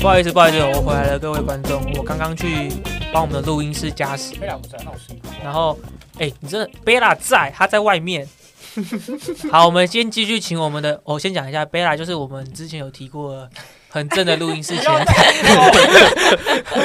不好意思，不好意思，我回来了，各位观众，我刚刚去帮我们的录音室加时，贝拉不在，那我睡一觉。然后，哎、你这贝拉在，他在外面。好，我们先继续请我们的，我、先讲一下，贝拉就是我们之前有提过的很正的录音 室前台，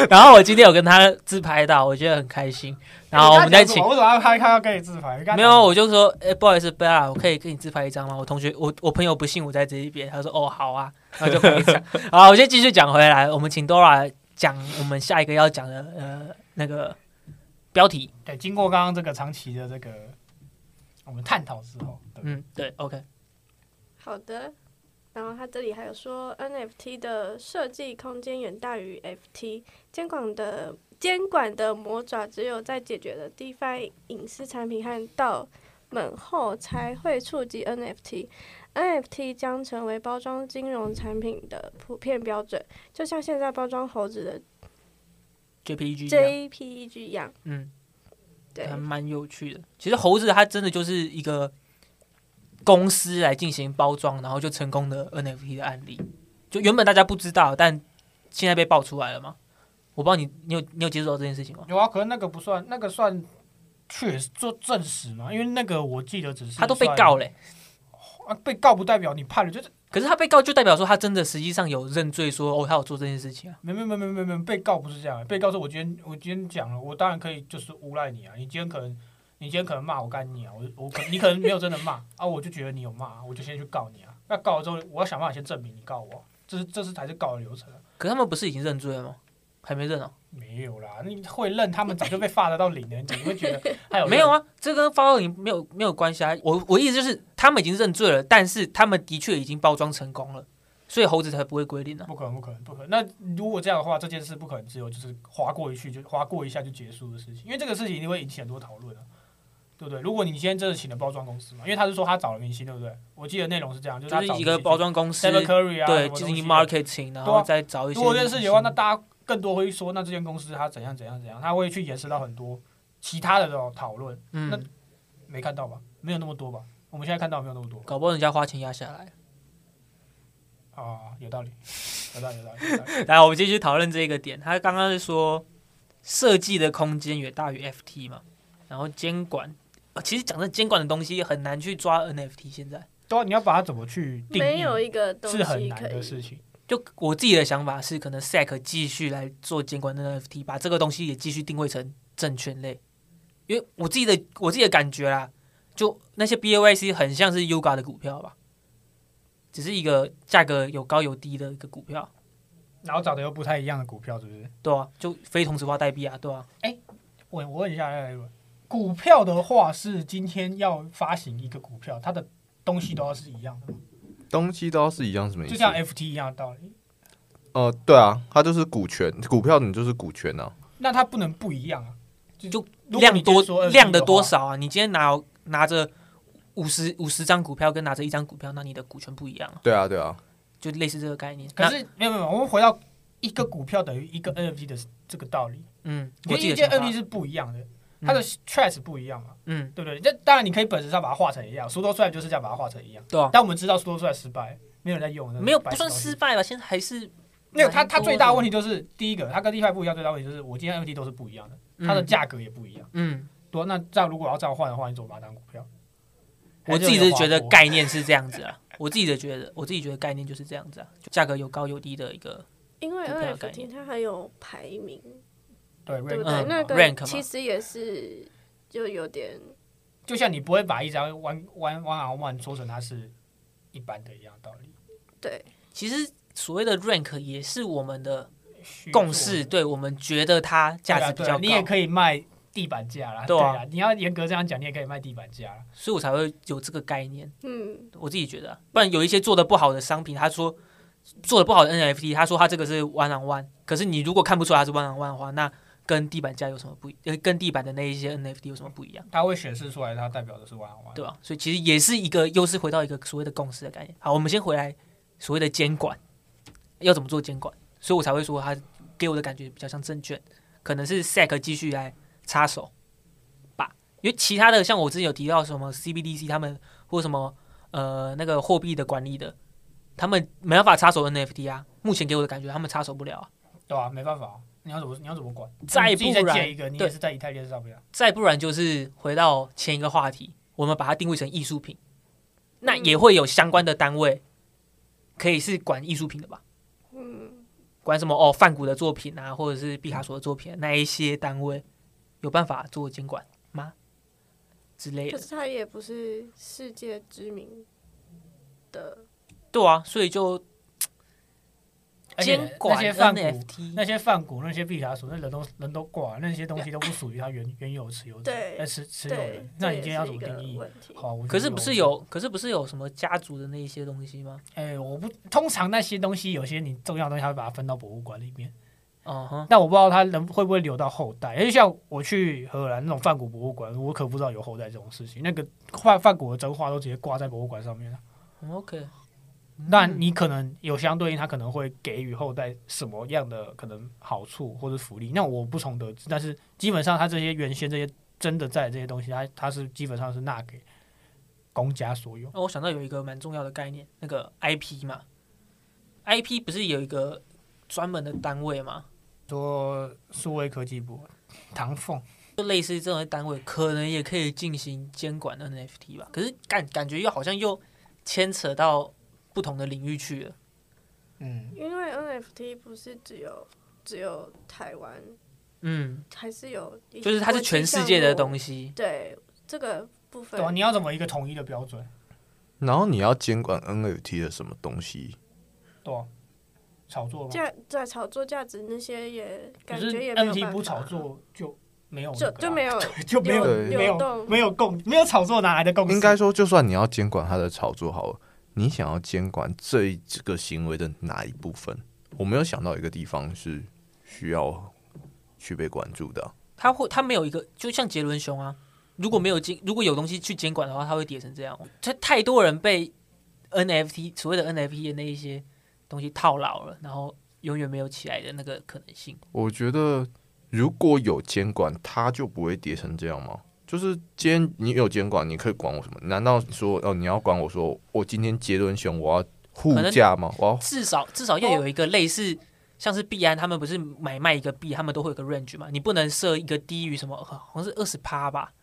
然后我今天有跟他自拍到，我觉得很开心。然后我们再请我为什么要拍开要跟你自拍？没有，我就说，哎、不好意思，贝拉，我可以跟你自拍一张吗？我同学，我我朋友不信我在这一边，他说，哦，好啊，然后就拍一张。好，我先继续讲回来，我们请 Dora 讲我们下一个要讲的呃那个标题。对，经过刚刚这个长期的这个我们探讨之后，对嗯，对，OK，好的，然后他这里还有说 NFT 的设计空间远大于 FT，监管的监管的魔爪只有在解决了 DeFi 隐私产品和盗门后，才会触及 NFT。NFT 将成为包装金融产品的普遍标准，就像现在包装猴子的 JPEG 一 E 样 JPEG 一样。嗯，对还，蛮有趣的。其实猴子它真的就是一个公司来进行包装，然后就成功的 NFT 的案例。就原本大家不知道，但现在被爆出来了嘛。我不知道你你有你有接触到这件事情吗？有啊，可是那个不算，那个算确实做证实嘛，因为那个我记得只是他都被告欸了、嘞、啊，被告不代表你判了，就是可是他被告就代表说他真的实际上有认罪说，哦他有做这件事情啊。没没没没没没被告不是这样，被告是我今天我今天讲了，我当然可以就是诬赖你啊，你今天可能你今天可能骂我干你啊，我我可你可能没有真的骂啊，我就觉得你有骂，我就先去告你啊，那告了之后我要想办法先证明你告我，这是这是才是告的流程啊。可是他们不是已经认罪了吗？还没认啊？没有啦，你会认他们早就被发得到零了，你怎么会觉得还有认没有？啊，这跟发到你没有没有关系啊。我我意思就是，他们已经认罪了，但是他们的确已经包装成功了，所以猴子才不会归零啊。不可能，不可能，不可能。那如果这样的话，这件事不可能只有就是划过一去就划过一下就结束的事情，因为这个事情一定会引起很多讨论啊，对不对？如果你今天真的请了包装公司嘛，因为他是说他找了明星，对不对？我记得内容是这样，就是就他是找一个包装公司， Stephen Curry 啊，对，就进行 marketing，然后再找一些。如果这件事情的啊话，那大家更多会说，那这间公司它怎样怎样怎样，他会去延伸到很多其他的这种讨论，那嗯，没看到吧？没有那么多吧？我们现在看到没有那么多搞不好人家花钱压下来。啊？有道理，有道理，有道理。有道理 来，我们继续讨论这个点。他刚刚是说设计的空间远大于 FT 嘛，然后监管，呃其实讲真，监管的东西很难去抓 NFT。现在对啊，你要把它怎么去定义？没有一个东是很西难可的以事情。就我自己的想法是，可能 SEC 继续来做监管的 NFT，把这个东西也继续定位成证券类，因为我自己的我自己的感觉啦，就那些 BAYC 很像是 Yuga 的股票吧，只是一个价格有高有低的一个股票，然后找的又不太一样的股票，是不是？对啊，就非同质化代币啊，对啊，我我问一下艾伦，股票的话是今天要发行一个股票，它的东西都要是一样的吗，东西都要是一样，什么意就思？像 FT 一样的道理。呃，对啊，它就是股权，股票你就是股权啊。那它不能不一样啊，就就如果量你今天说多 NFT 量的的话多？少啊？你今天拿拿着五十五十张股票跟拿着一张股票，那你的股权不一样啊，对啊，对啊，就类似这个概念。可那是没有没有，我们回到一个股票等于一个 NFT 的这个道理，嗯，我因为自己一的件想 NFT 法，是不一样的，它的 trace 不一样嘛，嗯，对不对？这当然你可以本质上把它画成一样，苏多出来就是这样把它画成一样。对啊。但我们知道苏多出来失败，没有人在用，那个没有不白痴算东西失败吧，现在还是没有，它它蛮多最大的的问题就是第一个，它跟 DeFi 不一样，最大问题就是我今天 NFT 都是不一样的，它的嗯价格也不一样。嗯，对啊，那这样如果要这样换的话，你怎么把它当股票？我自己是觉得还概念是这样子啊， 我自己的觉得，我自己觉得概念就是这样子啊，就价格有高有低的一个，因为股票的概 NFT 它还有排名，是有对点往后不对？对，嗯那 rank 嘛个其实也是就有点就像你不会把一张弯弯弯啊弯说成它是一般的一样道理。对，其实所谓的 rank 也是我们的虚作共识，对我们觉得它价值比啊对啊对啊较你也高，可以卖地板价啦，对对啊啊，你要严格这样讲，你也可以卖地板价啦。所以我才会有这个概念，嗯，我自己觉得啊，不然有一些做的不好的商品，他说做的不好的 NFT，他说他这个是 one on one，可是你如果看不出来它是 one on one 的话，那跟地板价有什么不一？呃，跟地板的那一些 NFT 有什么不一样，它会显示出来，它代表的是 one on one。对吧？所以其实也是一个，又是回到一个所谓的共识的概念。好，我们先回来所谓的监管，要怎么做监管？所以我才会说，它给我的感觉比较像证券，可能是 SEC 继续来插手吧。因为其他的，像我之前有提到什么 CBDC 他们或什么呃那个货币的管理的，他们没办法插手 NFT 啊。目前给我的感觉，他们插手不了啊。对啊，没办法啊，你要怎么你要怎么管？再你自己不再然建一个，你对也是在以太链上面啊。再不然就是回到前一个话题，我们把它定位成艺术品，那嗯也会有相关的单位可以是管艺术品的吧？嗯，管什么哦，梵谷的作品啊，或者是毕卡索的作品、啊那一些单位有办法做监管吗？之类可的，是它也不是世界知名的，对啊，所以就而且监那管些泛股，那 NFT，些泛股，那些毕卡索，那人都人都挂，那些东西都不属于它原原有持有者，对呃持持有对人。，那这你也今天要是怎一么个定义？问题。好，我觉得可是不是？有，可是不是有什么家族的那一些东西吗？哎，我不通常那些东西，有些你重要的东西，它会把它分到博物馆里面。嗯哼，但我不知道它能会不会留到后代，因为像我去荷兰那种梵谷博物馆，我可不知道有后代这种事情。那个梵梵谷的真画都直接挂在博物馆上面了。嗯，OK，那你可能有相对应，他可能会给予后代什么样的可能好处或者福利？那我不从得知，但是基本上他这些原先这些真的在的这些东西，他他是基本上是纳给公家所有。那我想到有一个蛮重要的概念，那个 IP 嘛，IP 不是有一个专门的单位嘛？说数位科技部唐凤，就类似这种单位，可能也可以进行监管 NFT 吧。可是感感觉又好像又牵扯到不同的领域去了。嗯，因为 NFT 不是只有只有台湾，嗯，还是有一些就是它是全世界的国际东西项目。。对这个部分对啊，你要怎么一个统一的标准？然后你要监管 NFT 的什么东西？对啊、炒作吗？价在炒作价值那些也可感是觉也没有 NFT 办不法啊炒作就没有那就个啊就没有就没有对没流有动没有共没有炒作哪来的共识？应该说，就算你要监管它的炒作好了，你想要监管这一这个行为的哪一部分？我没有想到一个地方是需要去被关注的啊、它会，它没有一个，就像杰伦熊啊，如果没有监，如果有东西去监管的话，它会跌成这样哦。这太多人被 NFT 所谓的 NFT 的那一些东西套牢了，然后永远没有起来的那个可能性。我觉得如果有监管，它就不会跌成这样吗？就是今天你有监管，你可以管我什么？难道说哦，你要管我说我今天杰伦熊我要护驾吗？我要至少至哦少要有一个类似，像是币安他们不是买卖一个币，他们都会有个 range 嘛，你不能设一个低于什么，好像是二十趴吧？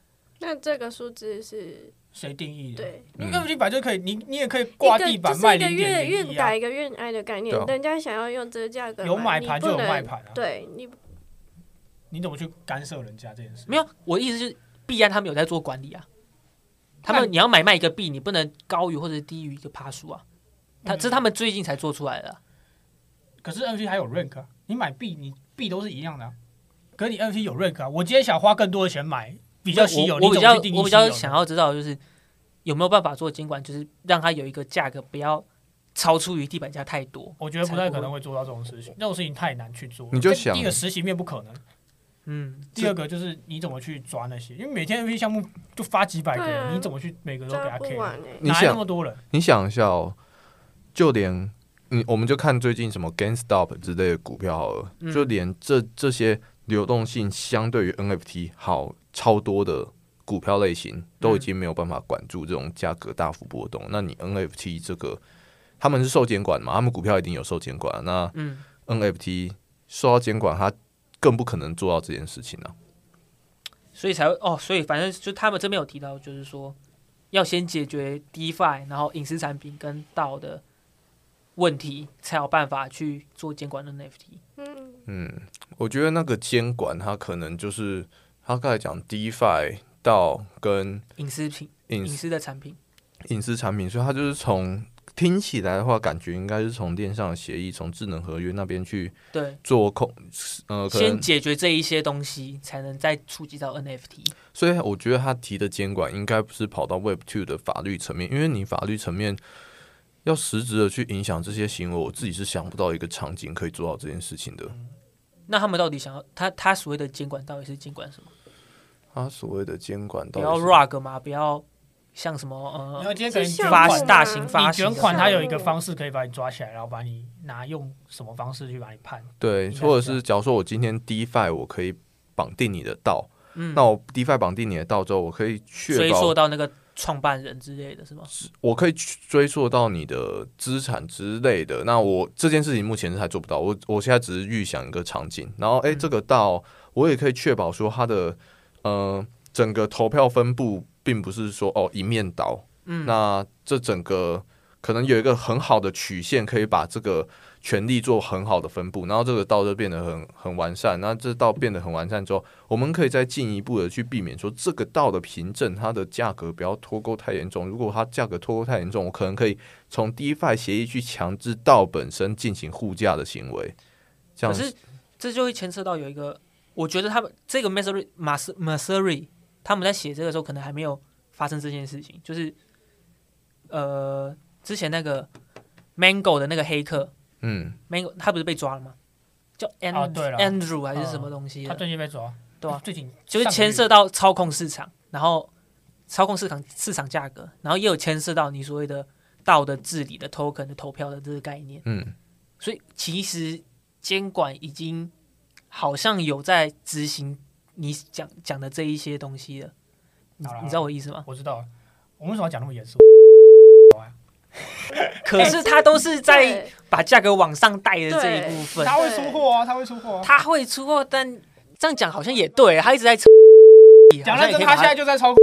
那这个数字是谁定义的？对你嗯 NFT 本来就可以，你你也可以挂地板卖一个零就是点一个愿零愿一啊打，一个愿挨的概念对啊，人家想要用这个价格，有买你盘不就有能卖盘啊，对你你怎么去干涉人家这件事？没有，我的意思是币安他们有在做管理啊，他那们你要买卖一个币，你不能高于或者低于一个趴数啊，他嗯这是他们最近才做出来的啊、可是 NFT 还有 rank，、啊、你买币，你币都是一样的、啊，可是你 NFT 有 rank 啊，我今天想花更多的钱买比较稀有，我我比你怎么较去定义我比较稀有想要知道的就是有没有办法做监管，就是让它有一个价格不要超出于地板价太多。我觉得不太可能会做到这种事情，这种事情太难去做了。你就这想第一个实行面不可能，嗯，第二个就是你怎么去抓那些，因为每天 NFT 项目就发几百个对啊人，你怎么去每个都给抓他不 K？完哎，你哪来那想么多人？你想一下哦，就连你我们就看最近什么 GameStop 之类的股票好了，嗯就连这这些流动性相对于 NFT 好超多的股票类型，嗯都已经没有办法管住这种价格大幅波动。那你 NFT 这个，他们是受监管嘛？他们股票一定有受监管，啊那嗯 NFT 受到监管，它更不可能做到这件事情啊。所以才会哦，所以反正就他们这边有提到，就是说要先解决 DeFi，然后隐私产品跟道的问题，才有办法去做监管的 NFT。嗯，嗯，我觉得那个监管它可能就是他刚才讲 DeFi 到跟隐私品、隐隐私私的产品，隐私产品，所以它就是从听起来的话，感觉应该是从链上的协议、从智能合约那边去对，做控，呃，可先能，解决这一些东西，才能再触及到 NFT。所以我觉得他提的监管应该不是跑到 Web Two 的法律层面，因为你法律层面要实质的去影响这些行为，我自己是想不到一个场景可以做到这件事情的。那他们到底想要他他所谓的监管到底是监管什么？他啊所谓的监管不到要底是 rug 吗？不要像什么然呃后今天可能是捐发项目款啊大型发你行捐的款，它他有一个方式可以把你抓起来，然后把你拿用什么方式去把你判。对，应该或者是这是假如说我今天 DeFi 我可以绑定你的道，嗯那我 DeFi 绑定你的道之后，我可以确追溯保到那个创办人之类的是吗？我可以去追溯到你的资产之类的。那我这件事情目前是还做不到，我我现在只是预想一个场景，然后诶，嗯这个道我也可以确保说它的呃整个投票分布并不是说哦一面倒，嗯，那这整个可能有一个很好的曲线，可以把这个权力做很好的分布，然后这个道就变得很很完善。那这道变得很完善之后，我们可以再进一步的去避免说这个道的凭证它的价格不要脱钩太严重。如果它价格脱钩太严重，我可能可以从 DeFi 协议去强制道本身进行护价的行为。这可样是这就会牵涉到有一个，我觉得他们这个 Missouri 马斯 Missouri 他们在写这个时候，可能还没有发生这件事情，就是呃，之前那个 Mango 的那个黑客嗯， Mango 他不是被抓了吗？叫 And、啊对了 Andrew 还是什么东西的、他最近被抓，哎对啊最近就是牵涉到操控市场，然后操控市场市场价格，然后也有牵涉到你所谓的道的治理的 token 的投票的这个概念。嗯，所以其实监管已经好像有在执行你讲讲的这一些东西了。你好啦你知道我意思吗？我知道了，啊我们为什么要讲那么严肃？ 哎可是它都是在对把价格往上带的这一对部分，他会出货啊，他会出货啊。它会出货，但这样讲好像也对，它一直在扯讲好像认也可真，以他把它现在就在操。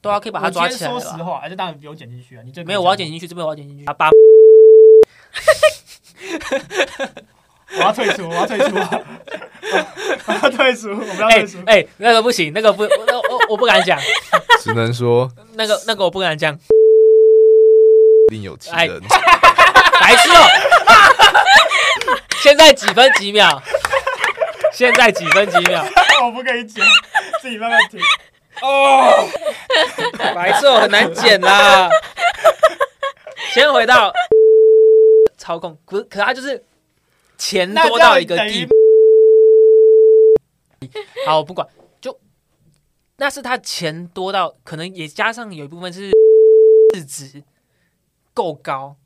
对啊，可以把它抓我今起天来说了实吧。话，还是当然不用剪进去啊。你这个没有，我要剪进去，这边我要剪进 去，啊，把去，我要退出，我要退出，我要退出，我们要哎退出。哎，那个不行，那个不，我我我不敢讲，只能说那个那个我不敢讲，另有其哎人。 白痴哦！现在几分几秒？现在几分几秒？我不可以剪，自己慢慢 听。哦，白痴哦，很难剪啦。先回到操控，可是可他就是钱那多到一个地步。好，我不管，就那是他钱多到，可能也加上有一部分是市值够高，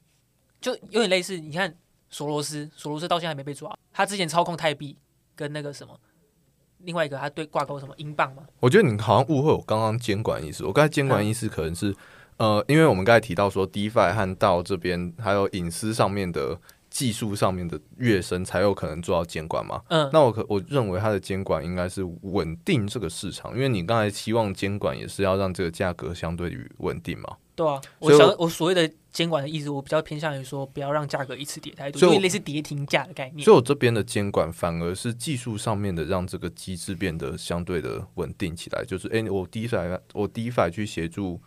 就有点类似。你看索罗斯，索罗斯到现在还没被抓，他之前操控泰币跟那个什么，另外一个他对挂钩什么英镑嘛，我觉得你好像误会我刚刚监管意思。我刚才监管意思可能是，呃，因为我们刚才提到说，DeFi 和到这边还有隐私上面的技术上面的跃升，才有可能做到监管嘛。嗯，那我可我认为它的监管应该是稳定这个市场，因为你刚才期望监管也是要让这个价格相对于稳定嘛。对啊，所我以我想我所谓的监管的意思，我比较偏向于说不要让价格一次跌太多，所以因我为类似跌停价的概念所。以我这边的监管反而是技术上面的，让这个机制变得相对的稳定起来。就是，诶，我 DeFi 我 DeFi 去协助，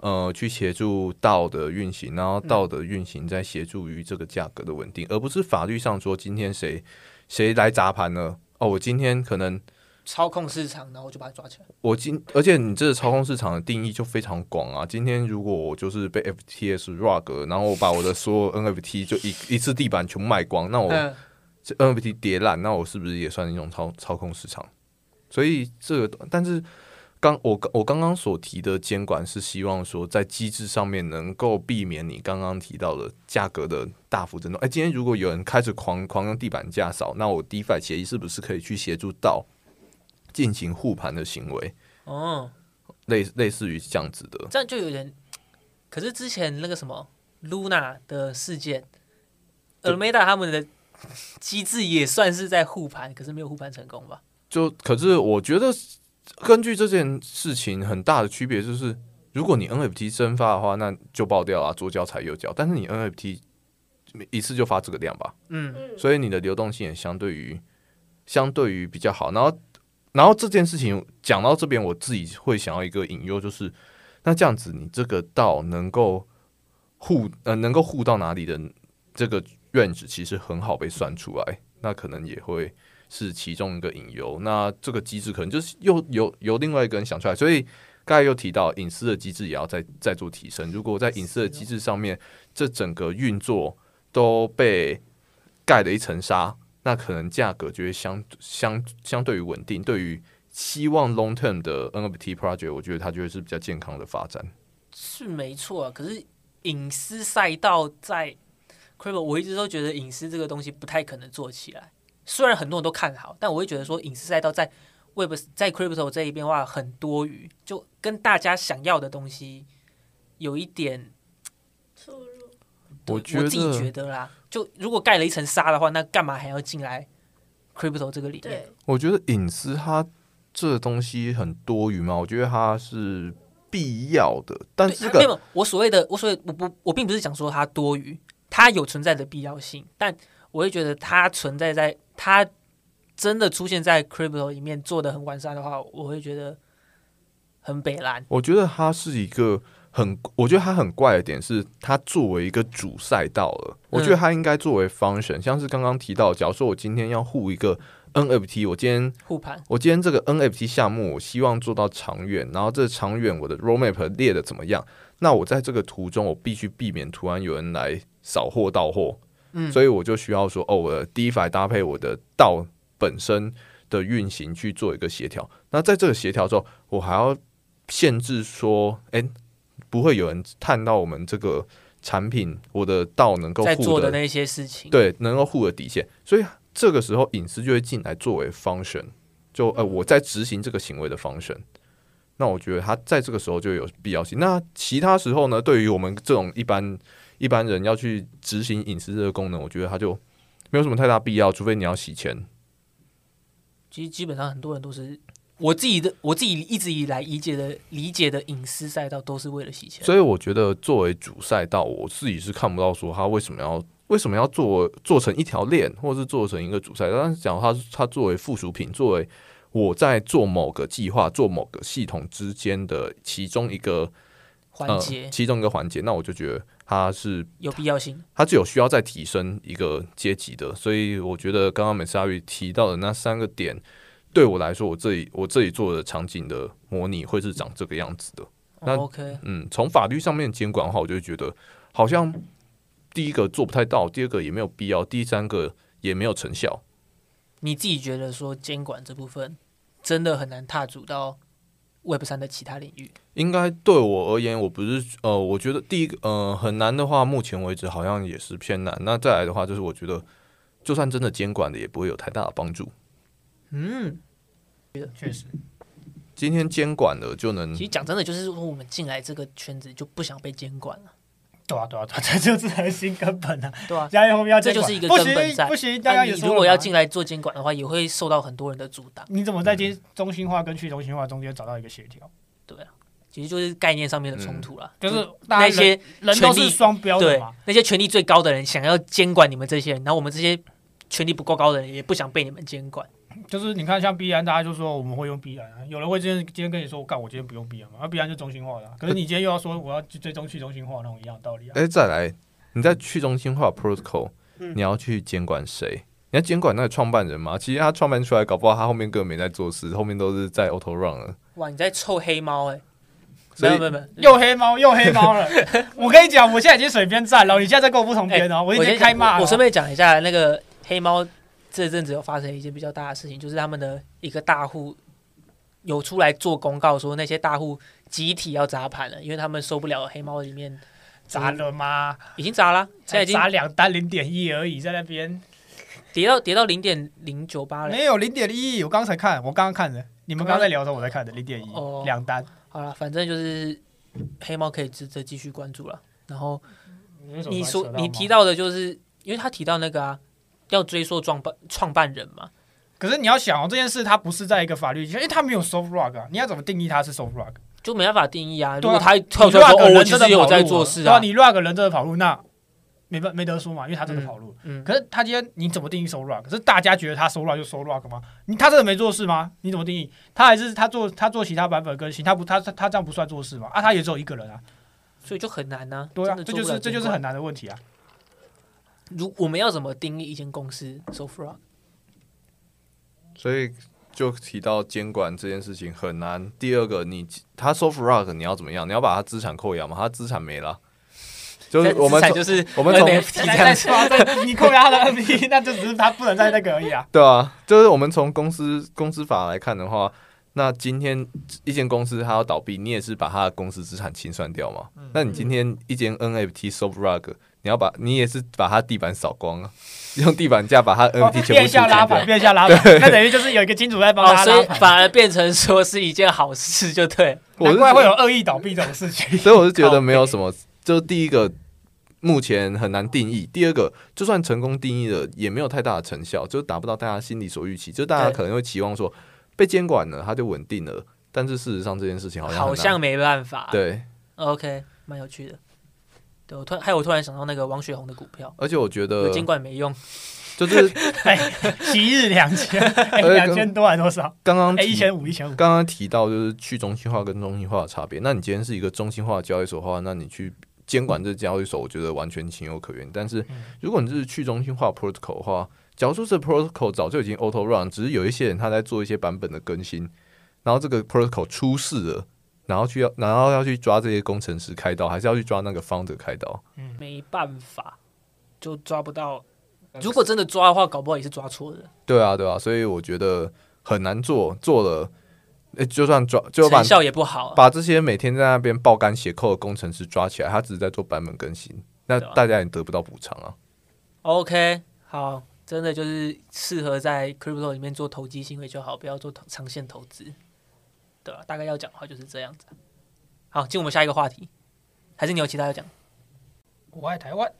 呃，去协助道的运行，然后道的运行再协助于这个价格的稳定，而不是法律上说今天谁谁来砸盘了。哦，我今天可能操控市场，然后就把它抓起来。我今，而且你这个操控市场的定义就非常广啊。今天如果我就是被 FTS rug，然后我把我的所有 NFT 就一一次地板全部卖光，那我嗯，这 NFT 跌烂，那我是不是也算一种操操控市场？所以这个，但是刚我我刚刚所提的监管是希望说，在机制上面能够避免你刚刚提到的价格的大幅震动。哎，今天如果有人开始狂狂用地板价扫，那我 DeFi 协议是不是可以去协助到进行护盘的行为？哦，类类似于这样子的，这样就有点。可是之前那个什么 Luna 的事件就，Alameda 他们的机制也算是在护盘，可是没有护盘成功吧？就可是我觉得，根据这件事情很大的区别就是，如果你 NFT 蒸发的话，那就爆掉啊，左脚踩右脚。但是你 NFT 一次就发这个量吧，嗯，嗯，所以你的流动性也相对于相对于比较好。然后，然后这件事情讲到这边，我自己会想要一个隐忧，就是那这样子，你这个道能够护呃能够护到哪里的这个 range 其实很好被算出来，那可能也会是其中一个隐忧。那这个机制可能就是又由由另外一个人想出来，所以。刚才又提到隐私的机制也要再再做提升。如果在隐私的机制上面，这整个运作都被盖了一层纱，那可能价格就会相相相对于稳定。对于希望 long term 的 NFT project，我觉得它就会是比较健康的发展。是没错啊，可是隐私赛道在 Crypto，我一直都觉得隐私这个东西不太可能做起来。虽然很多人都看好，但我会觉得说隐私赛道在 Web 在 Crypto 这一边的话很多余，就跟大家想要的东西有一点，出入。对我觉我自己得觉得啦，就如果盖了一层纱的话，那干嘛还要进来 Crypto 这个里面？对，我觉得隐私它这东西很多余嘛，我觉得它是必要的，但对，这没个有，我所谓的我所谓我不我并不是讲说它多余，它有存在的必要性，但我会觉得它存在在它真的出现在 crypto 里面做的很完善的话，我会觉得很北蓝。我觉得它是一个很，我觉得它很怪的点是，它作为一个主赛道了，嗯我觉得它应该作为 function，像是刚刚提到，假如说我今天要护一个 NFT，我今天护盘，我今天这个 NFT 项目，我希望做到长远，然后这长远我的 roadmap 列的怎么样？那我在这个途中，我必须避免突然有人来扫货到货，嗯所以我就需要说，哦，我的 DeFi 搭配我的道本身的运行去做一个协调。那在这个协调之后，我还要限制说，哎、不会有人探到我们这个产品，我的道能够在护做的的那些事情，对，能够护的底线。所以这个时候隐私就会进来作为 function，就呃我在执行这个行为的 function。那我觉得它在这个时候就有必要性。那其他时候呢，对于我们这种一般一般人要去执行隐私这个功能，我觉得它就没有什么太大必要，除非你要洗钱。其实基本上很多人都是我自己的，我自己一直以来理解的理解的隐私赛道都是为了洗钱。所以我觉得作为主赛道，我自己是看不到说它为什么要。为什么要做做成一条链，或是做成一个主赛道？但是讲它它作为附属品，作为我在做某个计划、做某个系统之间的其中一个环节、呃，其中一个环节，那我就觉得它是有必要性，它只有需要再提升一个阶级的，所以我觉得刚刚美莎玉提到的那三个点，对我来说，我这里我这里做的场景的模拟会是长这个样子的。那哦 OK，嗯，从法律上面监管的话，我就觉得好像第一个做不太到，第二个也没有必要，第三个也没有成效。你自己觉得说监管这部分真的很难踏足到 Web 三的其他领域？应该对我而言，我不是呃，我觉得第一个呃很难的话，目前为止好像也是偏难。那再来的话，就是我觉得就算真的监管的，也不会有太大的帮助。嗯，确实，今天监管了就能其实讲真的，就是说我们进来这个圈子就不想被监管了，对啊，对啊，对啊，这就是核心根本啊！对吧、啊？加油，要监这就管是一个不根本行在不行，大家那也你说如果了要嘛进来做监管的话，也会受到很多人的阻挡。你怎么在间中心化跟去中心化中间找到一个协调？其实就是概念上面的冲突啦，嗯就是大那家人些人都权是力双标的对嘛，那些权力最高的人想要监管你们这些人，然后我们这些权力不够高的人也不想被你们监管。就是你看像币安，大家就说我们会用币安啊，有人会今天今天跟你说，我干，我今天不用币安嘛，那币安就中心化的啊、可是你今天又要说我要去追踪去中心化，那种一样的道理啊。哎、再来，你在去中心化 protocol，、你要去监管谁？你要监管那个创办人吗？其实他创办出来，搞不好他后面根本没在做事，后面都是在 auto run 了。哇，你在臭黑猫哎、没所以有没有没有，又黑猫又黑猫了，我跟你讲，我现在已经水边站了，你现在在跟我不同边哦，哎我已经先开骂我了我。顺便讲一下，那个黑猫这阵子有发生一件比较大的事情，就是他们的一个大户有出来做公告说，那些大户集体要砸盘了，因为他们受不了黑猫里面砸了吗？已经砸了，现在已经砸两单零点一而已，在那边跌到跌到零点零九八了。没有零点一，我刚才看，我刚刚看的，你们刚刚在聊的时候我在看的零点一哦两单。好了，反正就是黑猫可以值得继续关注了。然后你说说你提，到的就是，因为他提到那个啊，要追溯创办创办人嘛，可是你要想哦，这件事它不是在一个法律，因为它没有 soft rock 啊，你要怎么定义它是 soft rock？就没办法定义啊。如对啊果他跳出来说你哦，rock 我人其真实的有跑在路做了事对啊啊，，你 rock 人真的跑路，那没办没得说嘛，因为他真的跑路。嗯，可是他今天你怎么定义 so rock？是大家觉得他 so rock 就 so rock 吗？你他真的没做事吗？你怎么定义？他还是他做他做其他版本更新，他不他他他这样不算做事吗？啊，他也只有一个人啊，所以就很难呐、对真啊，的这做不就是了这监就是管很难的问题啊。如我们要怎么定义一间公司 so frog？所以就提到监管这件事情很难。第二个，你他 soft rock 你要怎么样？你要把他资产扣押吗？他资产没了，就是我资们产从就是我们从 NFT 这样但子，是啊，但你扣押他的 NFT，那 就只是他不能在那个而已啊。对啊，就是我们从公司公司法来看的话，那今天一间公司它要倒闭，你也是把它的公司资产清算掉嘛？嗯那你今天一间 NFT s o f t r u g 你要把你也是把它地板扫光啊，用地板价把它 NFT 全变部清相哦拉算盘，掉。变相拉盘，那等于就是有一个金主在帮哦，他所拉以盘，反而变成说是一件好事，就对。我难是怪会有恶意倒闭这种事情。 所以我是觉得没有什么，就是第一个目前很难定义，第二个就算成功定义了，也没有太大的成效，就是达不到大家心里所预期，就大家对可能会期望说被监管了，它就稳定了，但是事实上这件事情好像很好难像没办法。对。 ，OK，蛮有趣的。对我突然，还有我突然想到那个王雪红的股票，而且我觉得有，监管没用，就是 哎，一日两千，哎，呃两千多还多少？刚刚哎，一提千五，一千五。刚刚提到就是去中心化跟中心化的差别。那你今天是一个中心化的交易所的话，那你去监管这交易所，我觉得完全情有可原。但是嗯如果你是去中心化 protocol 的话，假如说这 protocol 早就已经 auto run，只是有一些人他在做一些版本的更新，然后这个 protocol 出事了，然后去要然后要去抓这些工程师开刀，还是要去抓那个 founder 开刀？没办法，就抓不到。呃如果真的抓的话，搞不好也是抓错的，对啊，对啊，所以我觉得很难做，做了。呃就算抓，就把成效也不好啊、把这些每天在那边爆肝写扣的工程师抓起来，他只是在做版本更新，那对啊大家也得不到补偿啊。 OK，好，真的就是适合在 crypto 里面做投机行为就好，不要做投长线投资，对啊吧、大概要讲的话就是这样子。啊好，进我们下一个话题，还是你有其他要讲？我爱台湾，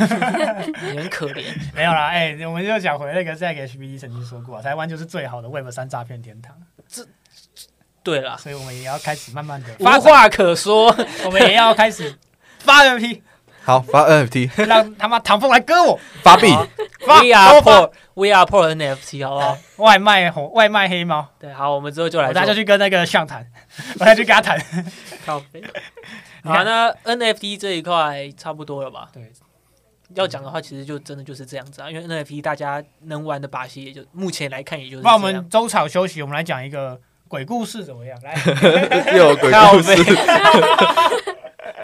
你很可 怜，没有啦。哎，我们就讲回那个 z a c HBD 曾经说过啊，台湾就是最好的 Web 三诈骗天堂，对啦，所以我们也要开始慢慢的无发展，话可说。我们也要开始发 NFT，好，发 NFT 让他妈唐凤来割我，发币，发 We are 都发 poor, we are poor NFT，好不 好？外卖红外卖黑猫，对，好，我们之后就来我再做就去跟那个象谈， 我再去跟他谈。靠背。 你好，看那 NFT 这一块差不多了吧？对，要讲的话，其实就真的就是这样子啊，因为 NFT 大家能玩的把戏，也就目前来看，也就是这那样。我们中场休息，我们来讲一个鬼故事怎么样？来，又有鬼靠故背事，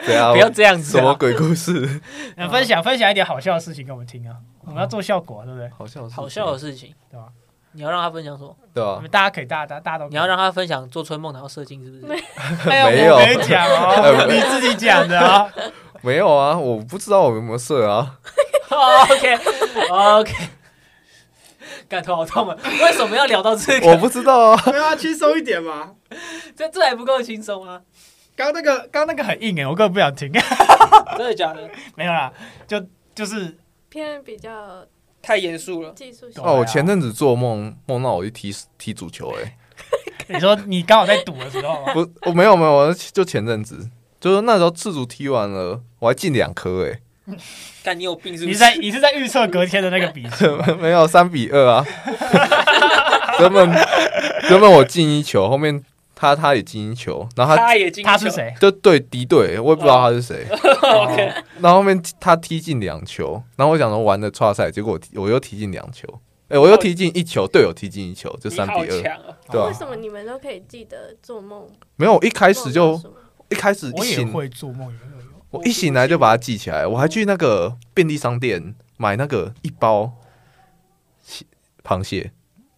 对啊，不要这样子什啊、么鬼故事？呃分享分享一点好笑的事情给我们听啊，我们要做效果啊，对不对？好笑， 好笑的，事情，对啊吧？你要让他分享什么？对我啊们，大家可以，大家大家大家都可以你要让他分享做春梦然后射精，是不 是？ 哎呀，没有哎我没讲 哦，你自己讲的啊。没有啊，我不知道我有没有射啊， OK OK，感头好痛啊！为什么要聊到这我个？不知道啊， 没有啊，轻松一点嘛。这这还不够轻松啊！刚那个刚那个很硬哎，我根本不想听。 真的假的？没有啦，就就是偏比较太严肃了。技术性懂。啊哦，我前阵子做梦，梦到我去踢踢足球、欸，你说你刚好在赌的时候 嘛，不，我没有没有，我就前阵子，就是那时候赤足踢完了，我还进两颗、欸，看你有病是不你是？是在你是在预测隔天的那个比 数吗。没有三比二啊。 原本原本我进一球，后面他他也进一球，然后他他也进他是？谁？哦就对敌对，我也不知道他是谁。 OK，然后后面他踢进两球，然后我想说玩的差赛，结果我踢我又踢进两球，哎、我又踢进一球，队友踢进一球，就三比二。哦！对啊为什么你们都可以记得做梦？没有，我一开始梦就到什么一开始一我也醒，会做梦，有有有。我一醒来就把它记起来，我还去那个便利商店买那个一包蟹螃蟹，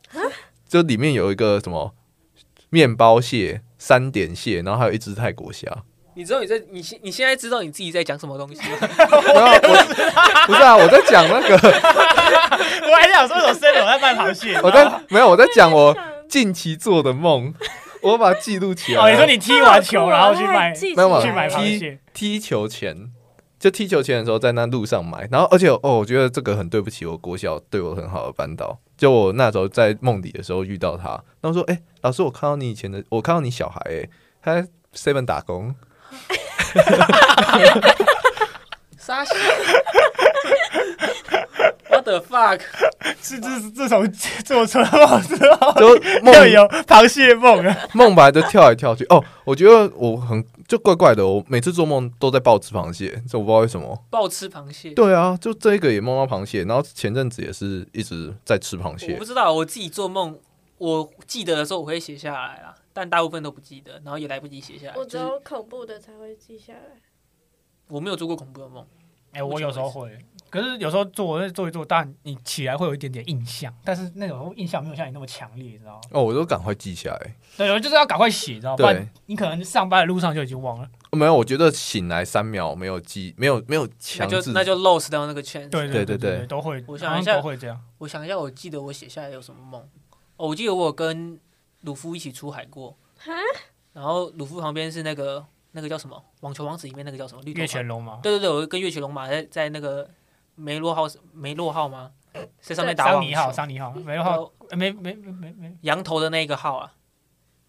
啊就里面有一个什么面包蟹、三点蟹，然后还有一只泰 国虾。你知道你在你现你现在知道你自己在讲什么东西吗？然后啊 我不是啊，我在讲那个，我还想说什么生我在卖螃蟹。 我在没有我在讲啊我想近期做的梦，我把它记录起来。哦，你说你踢完 球然后去买去啊记起没有来买没有螃蟹，踢球前，就踢球前的时候在那路上买，然后而且哦，我觉得这个很对不起我国小对我很好的班导，就我那时候在梦里的时候遇到他，然后说，哎、老师，我看到你以前的，我看到你小孩、哎，他在 seven 打工，傻笑，What the fuck？是自自从 做春梦之后，就梦又有螃蟹梦了。梦白就跳来跳去。哦，我觉得我很就怪怪的，我每次做梦都在抱吃螃蟹，这我不知道为什么。暴吃螃蟹。对啊，就这个也梦到螃蟹，然后前阵子也是一直在吃螃我蟹不。知道，我自己做梦，我记得的时候我会写下来啊啦，但大部分都不记得，然后也来不及写下来。我就只是有恐怖的才会记下来。我没有做过恐怖的梦，哎、我有时候会，可是有时候做那做一做，但你起来会有一点点印象，但是那种印象没有像你那么强烈，你知道吗？哦，我都赶快记下来。对，我就是要赶快写，你知道吗？不然对你可能上班的路上就已经忘了。没有，我觉得醒来三秒没有记，没有没有那强就制，那就 lost 掉那个 chance。对对对对对对都会，我想好像一下都会这样。我想一下，我记得我写下来有什么梦。哦，我记得我有跟鲁夫一起出海过哈，然后鲁夫旁边是那个那个叫什么《网球王子》里面那个叫什么绿头月发全龙嘛，对对对，我跟月球龙马在在那个梅洛号梅洛号吗？在上面打桑网尼号，球，桑尼号，没有号，然呃没没没没没，羊头的那个号啊。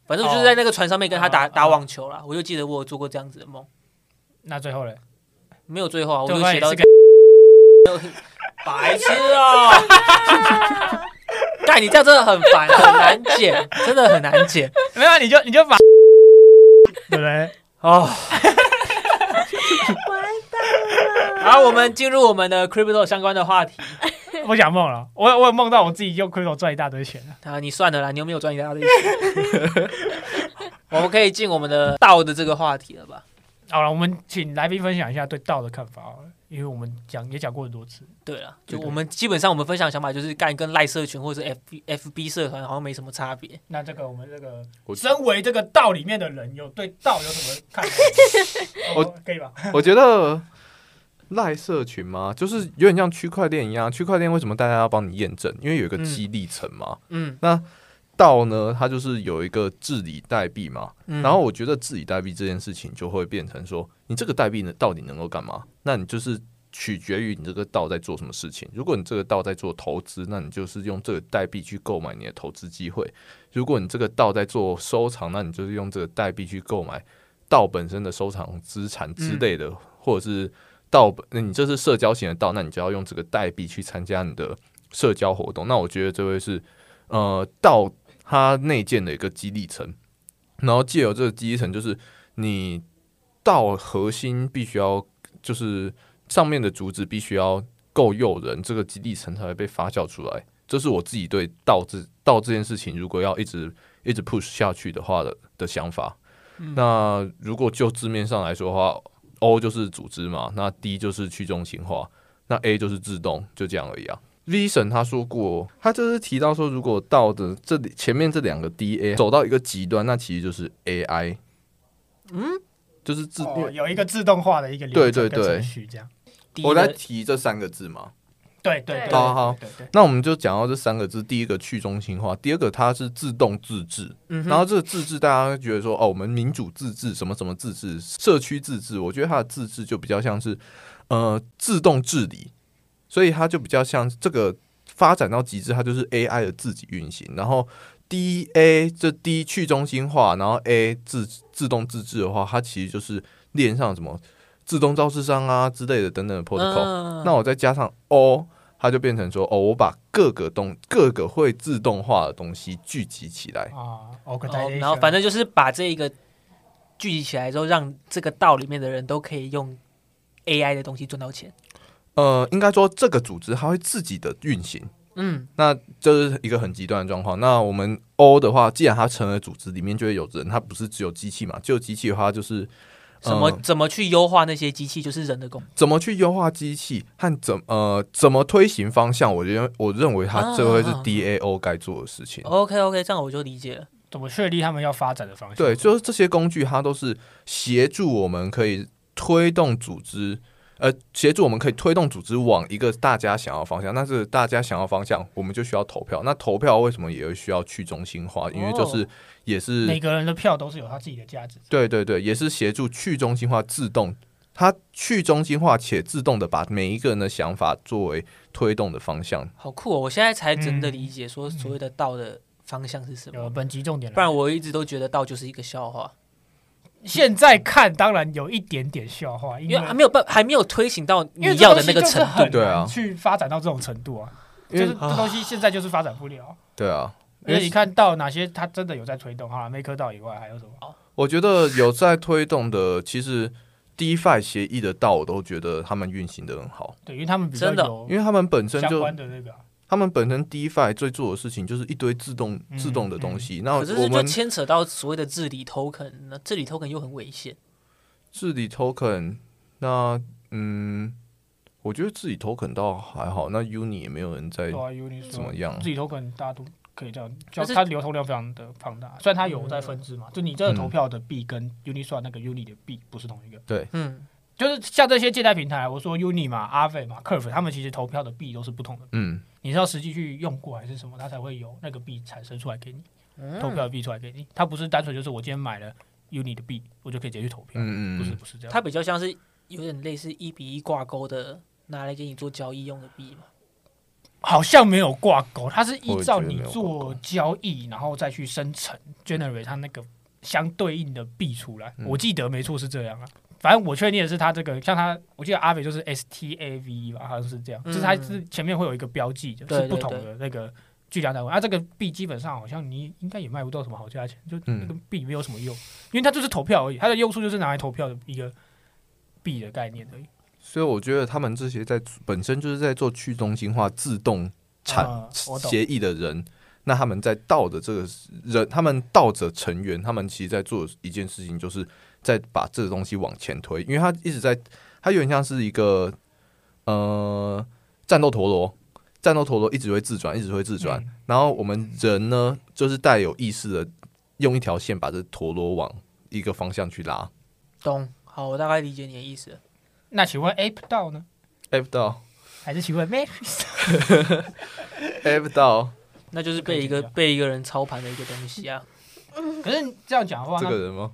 反正我哦就是在那个船上面跟他打、啊打网球啦，我就记得我有做过这样子的梦，那最后嘞，没有最后啊，我最就后也写到是个白痴哦、 干你这样真的很烦，很难剪，真的很难剪没有，你就你就把， 对不对？哦。完蛋了！好，我们进入我们的 crypto 相关的话题不想梦了，我我有梦到我自己用 crypto 赚一大堆钱了。啊，你算了啦，你又没有赚一大堆钱，我们可以进我们的道的这个话题了吧？好了，我们请来宾分享一下对道的看法好了，因为我们讲也讲过很多次。对了，对就的我们基本上我们分享的想法就是干跟赖社群或者是 F B F B 社团好像没什么差别。那这个我们这个我身为这个道里面的人，有对道有什么 看法？我哦可以吧？我觉得赖社群嘛，就是有点像区块链一样。区块链为什么大家要帮你验证？因为有一个嗯激励层嘛。嗯，道呢，它就是有一个治理代币嘛。嗯然后我觉得治理代币这件事情就会变成说，你这个代币呢到底能够干嘛？那你就是取决于你这个道在做什么事情。如果你这个道在做投资，那你就是用这个代币去购买你的投资机会；如果你这个道在做收藏，那你就是用这个代币去购买道本身的收藏资产之类的，或者是道本，那你这是社交型的道，那你就要用这个代币去参加你的社交活动。那我觉得这会是呃道它内建的一个激励层，然后借由这个激励层，就是你到核心必须要就是上面的主旨必须要够诱人，这个激励层才会被发酵出来。这是我自己对道这道这件事情，如果要一直一直 push 下去的话的的想法。那如果就字面上来说的话，O 就是组织嘛，那 D 就是去中心化，那 A 就是自动，就这样而已啊。V 神他说过，他就是提到说，如果到的这里前面这两个 DA 走到一个极端，那其实就是 AI，嗯，就是自、哦有一个自动化的一个流程对对跟对程序这样。第一我在个提这三个字嘛。对对对，好好对对。那我们就讲到这三个字，第一个去中心化，第二个它是自动自治。嗯哼然后这个自治，大家会觉得说哦，我们民主自治什么什么自治，社区自治，我觉得它的自治就比较像是呃自动治理，所以它就比较像这个发展到极致，它就是 AI 的自己运行。然后 DA 这 D 去中心化，然后 A 自自动自治的话，它其实就是链上什么自动造市商啊之类的等等的 protocol。嗯那我再加上 O，它就变成说哦，我把各个东各个会自动化的东西聚集起来。啊，organization，哦然后反正就是把这一个聚集起来之后，让这个道里面的人都可以用 AI 的东西赚到钱。呃，应该说这个组织它会自己的运行，嗯，那这是一个很极端的状况。那我们 O 的话，既然它成了组织，里面就会有人，它不是只有机器嘛？只有机器的话，就是什么、嗯怎么去优化那些机器，就是人的功。怎么去优化机器和怎呃怎么推行方向，我觉得我认为它这会是啊啊啊 DAO 该做的事情。 OK OK，这样我就理解了。怎么确立他们要发展的方向？对，就是这些工具，它都是协助我们可以推动组织，呃，协助我们可以推动组织往一个大家想要的方向。那是大家想要的方向，我们就需要投票。那投票为什么也会需要去中心化？因为就是也是、哦每个人的票都是有他自己的价值。对对对，也是协助去中心化自动，它去中心化且自动的把每一个人的想法作为推动的方向。好酷哦！我现在才真的嗯理解说所谓的道的方向是什么，有本集重点不了，然我一直都觉得道就是一个笑话。现在看当然有一点点笑话，因因为还为没有办，还没有推行到因为你要的那这个东西程就是很度。难对啊去发展到这种程度啊，就因为是这东西现在就是发展不了。对啊，因为你看到哪些他真的有在推动，好了，没科道以外还有什么？我觉得有在推动的，其实 DeFi 协议的道，我都觉得他们运行的很好，对，因为他们比较真的哦有因为他们本身哦相就关的那个啊，他们本身 DeFi 最做的事情就是一堆自动、嗯自动的东西。那可是这哦我就们牵扯到所谓的治理 token，那治理 token 又很危险。治理 token，那嗯，我觉得自己投肯倒还好，那 Uni 也没有人在对啊有你怎说么样自。己投可能大家都可以这样，就但是它流通量非常的庞大，虽然它有在分支嘛，就你这个嗯投票的币跟 Uniswap 那个 Uni 的币不是同一个，嗯，就是像这些借贷平台，我说 Uni 嘛、Aave 嘛、Curve，他们其实投票的币都是不同的，嗯，你是要实际去用过还是什么，它才会有那个币产生出来给你，投票的币出来给你，它不是单纯就是我今天买了 Uni 的币，我就可以直接去投票，嗯嗯嗯不是不是这样，它比较像是有点类似一比一挂钩的，拿来给你做交易用的币嘛。好像没有挂钩，它是依照我也觉得你没有挂做钩交易，然后再去生成 generate 它那个相对应的币出来。我记得没错是这样啊，反正我确定的是它这个，像它，我记得阿伟就是 S T A V 吧，好像是这样，嗯就是它是前面会有一个标记的，对是不同对的那个巨量单位。啊，这个币基本上好像你应该也卖不到什么好价钱，就嗯那个币没有什么用，因为它就是投票而已，它的用处就是拿来投票的一个币的概念而已。所以我觉得他们这些在本身就是在做去中心化自动产啊我懂协议的人，那他们在道的这个人，他们道者成员，他们其实在做一件事情，就是在把这个东西往前推，因为他一直在，他有点像是一个呃战斗陀螺，战斗陀螺一直会自转，一直会自转，嗯然后我们人呢，就是带有意识的用一条线把这陀螺往一个方向去拉。懂，好，我大概理解你的意思了。那请问 Ape 到呢？ F 到还是请问 Max？ F 到那就是被一可以个这样被一个人操盘的一个东西啊。可是你这样讲的话，这个人吗？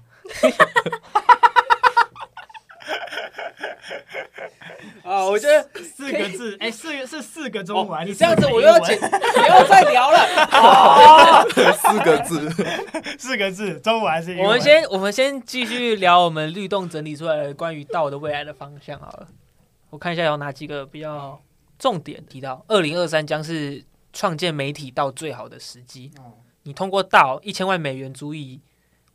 啊，我觉得那四个字，哎、四个是四个中文还是你四哦这个样子我英文、又要剪，不要再聊了。 四个字， 四个字中文还是英文？我们先我们先继续聊我们律动整理出来的关于道的未来的方向好了。我看一下有哪几个比较重点提到，二零二三将是创建媒体道最好的时机。你通过道一千万美元足以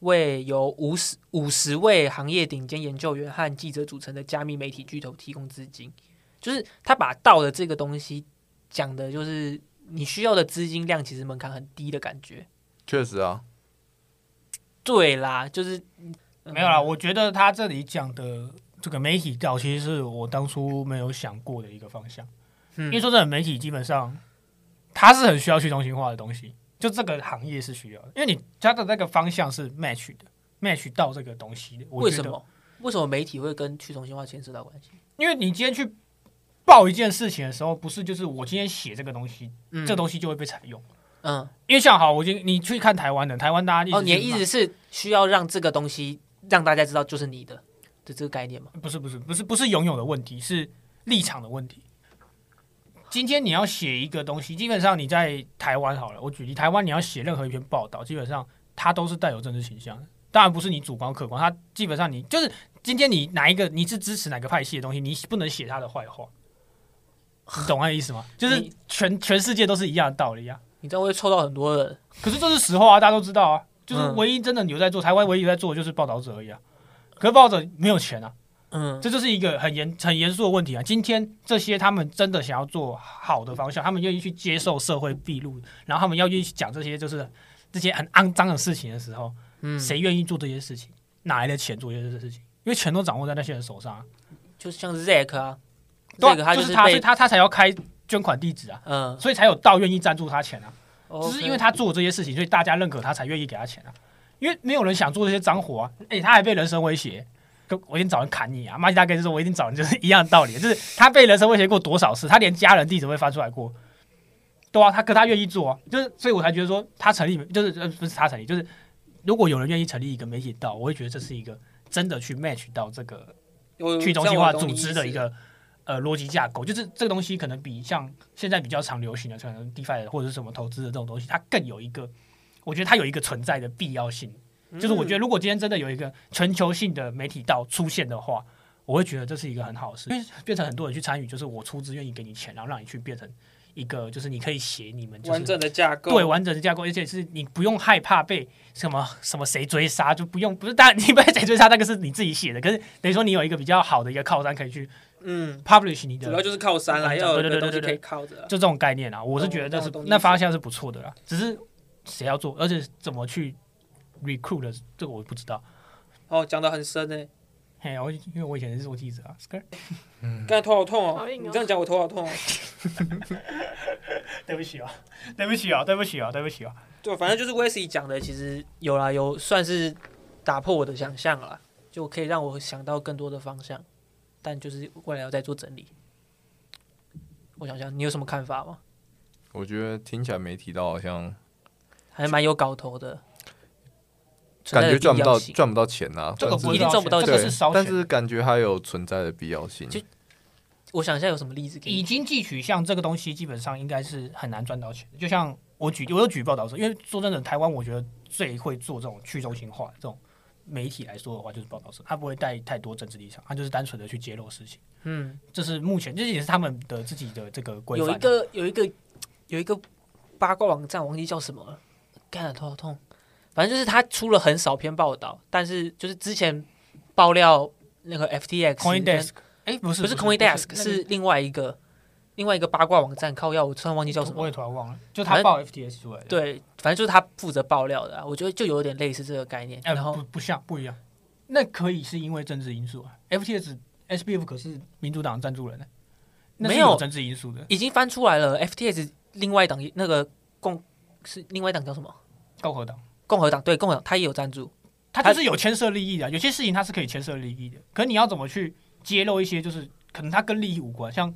为由五十五十位行业顶尖研究员和记者组成的加密媒体巨头提供资金，就是他把道的这个东西讲的，就是你需要的资金量其实门槛很低的感觉。确实啊，对啦，就是、嗯没有啦。我觉得他这里讲的这个媒体道，其实是我当初没有想过的一个方向。嗯因为说真的，媒体基本上它是很需要去中心化的东西，就这个行业是需要的，因为你它的那个方向是 match 的，match 到这个东西的。我为觉什得么？为什么媒体会跟去中心化牵涉到关系？因为你今天去报一件事情的时候，不是就是我今天写这个东西，嗯这东西就会被采用。嗯，因为像好，我已经你去看台湾的，台湾大家一直哦，你的去意骂思是需要让这个东西让大家知道就是你的的这个概念吗？不是不是不是不是拥有的问题，是立场的问题。今天你要写一个东西，基本上你在台湾好了，我举例，台湾你要写任何一篇报道，基本上它都是带有政治倾向的。当然不是你主观客观，它基本上你就是今天你哪一个你是支持哪个派系的东西，你不能写他的坏话，你懂那意思吗？就是你全全世界都是一样的道理啊。你这样会臭到很多人。可是这是实话啊，大家都知道啊，就是嗯唯一真的有在做，台湾唯一有在做的就是报道者而已啊。可是报道者没有钱啊，嗯，这就是一个很严很严肃的问题啊！今天这些他们真的想要做好的方向，他们愿意去接受社会闭路，然后他们要愿意去讲这些就是这些很肮脏的事情的时候，嗯谁愿意做这些事情？哪来的钱做这些事情？因为钱都掌握在那些人手上、啊，就像是 Zack 啊对啊，Zack 他就是他，所被以他他才要开捐款地址啊，嗯，哦所以才有道愿意赞助他钱啊。只只是因为他做这些事情，所以大家认可他才愿意给他钱啊。因为没有人想做这些脏活啊，诶，他还被人身威胁，跟我一定找人砍你啊！马吉大哥就说，我一定找人，就是一样的道理，啊就是他被人身威胁过多少次，他连家人地址会翻出来过，对啊，他可他愿意做啊，就是所以我才觉得说他成立，就是呃不是他成立，就是如果有人愿意成立一个媒体道，我会觉得这是一个真的去 match 到这个去中心化组织的一，个呃逻辑架构，就是这个东西可能比像现在比较常流行的，可能 DeFi 或者是什么投资的这种东西，它更有一个，我觉得它有一个存在的必要性。就是我觉得，如果今天真的有一个全球性的媒体道出现的话，我会觉得这是一个很好的事，因为变成很多人去参与，就是我出资愿意给你钱，然后让你去变成一个，就是你可以写你们就是的架构对，完整的架构，而且是你不用害怕被什么什么谁追杀，就不用不是当然你被谁追杀那个是你自己写的，可是等于说你有一个比较好的一个靠山可以去嗯， publish 你的，就就是靠山对对对对对靠着啊。这种概念啊，我是觉得那哦是我懂我懂那方向是不错的啦，只是谁要做，而且怎么去 recruit 的这个我不知道。哦，讲的很深诶。嘿，我因为我以前是做记者啊，skr，嗯刚才头好痛好哦，硬哦你这样讲我头好痛哦。对不起啊，对不起啊，对不起啊，对不起啊，对，反正就是 Wesley 讲的，其实有啦，有算是打破我的想象了啦，就可以让我想到更多的方向，但就是未来要再做整理。我想想，你有什么看法吗？我觉得听起来没提到，好像还蛮有搞头的，存感在的觉赚必不要到性赚不到钱啊，这个但不是一定赚不到这钱个对，是烧但钱。是感觉它有存在的必要性。就我想一下有什么例子给以你？经济取向这个东西，基本上应该是很难赚到钱的。就像我举，我有举报导师，因为说真的，台湾我觉得最会做这种去中心化的这种媒体来说的话，就是报道社，他不会带太多政治立场，他就是单纯的去揭露事情。嗯，这是目前，这也是他们的自己的这个规范。啊有一个有一个有一个八卦网站，忘记叫什么了，干了头好痛。反正就是他出了很少篇报道，但是就是之前爆料那个 FTX 跟 CoinDesk，哎，不是不是 CoinDesk，是另外一个另外一个八卦网站，靠药，我突然忘记那叫个什我么也。突然忘了，就反他正报 FTS 出来的。对，反正就是他负责爆料的、啊，我觉得就有点类似这个概念。哎，然后不不像不一样，那可以是因为政治因素啊。FTS SBF 可是民主党赞助人呢，那是没有政治因素的。已经翻出来了，FTS 另外一档那个共是另外一档叫什么？共和党。共和党对共和党，他也有赞助。它就是有牵涉利益的啊、有些事情它是可以牵涉利益的。可你要怎么去揭露一些，就是可能它跟利益无关？像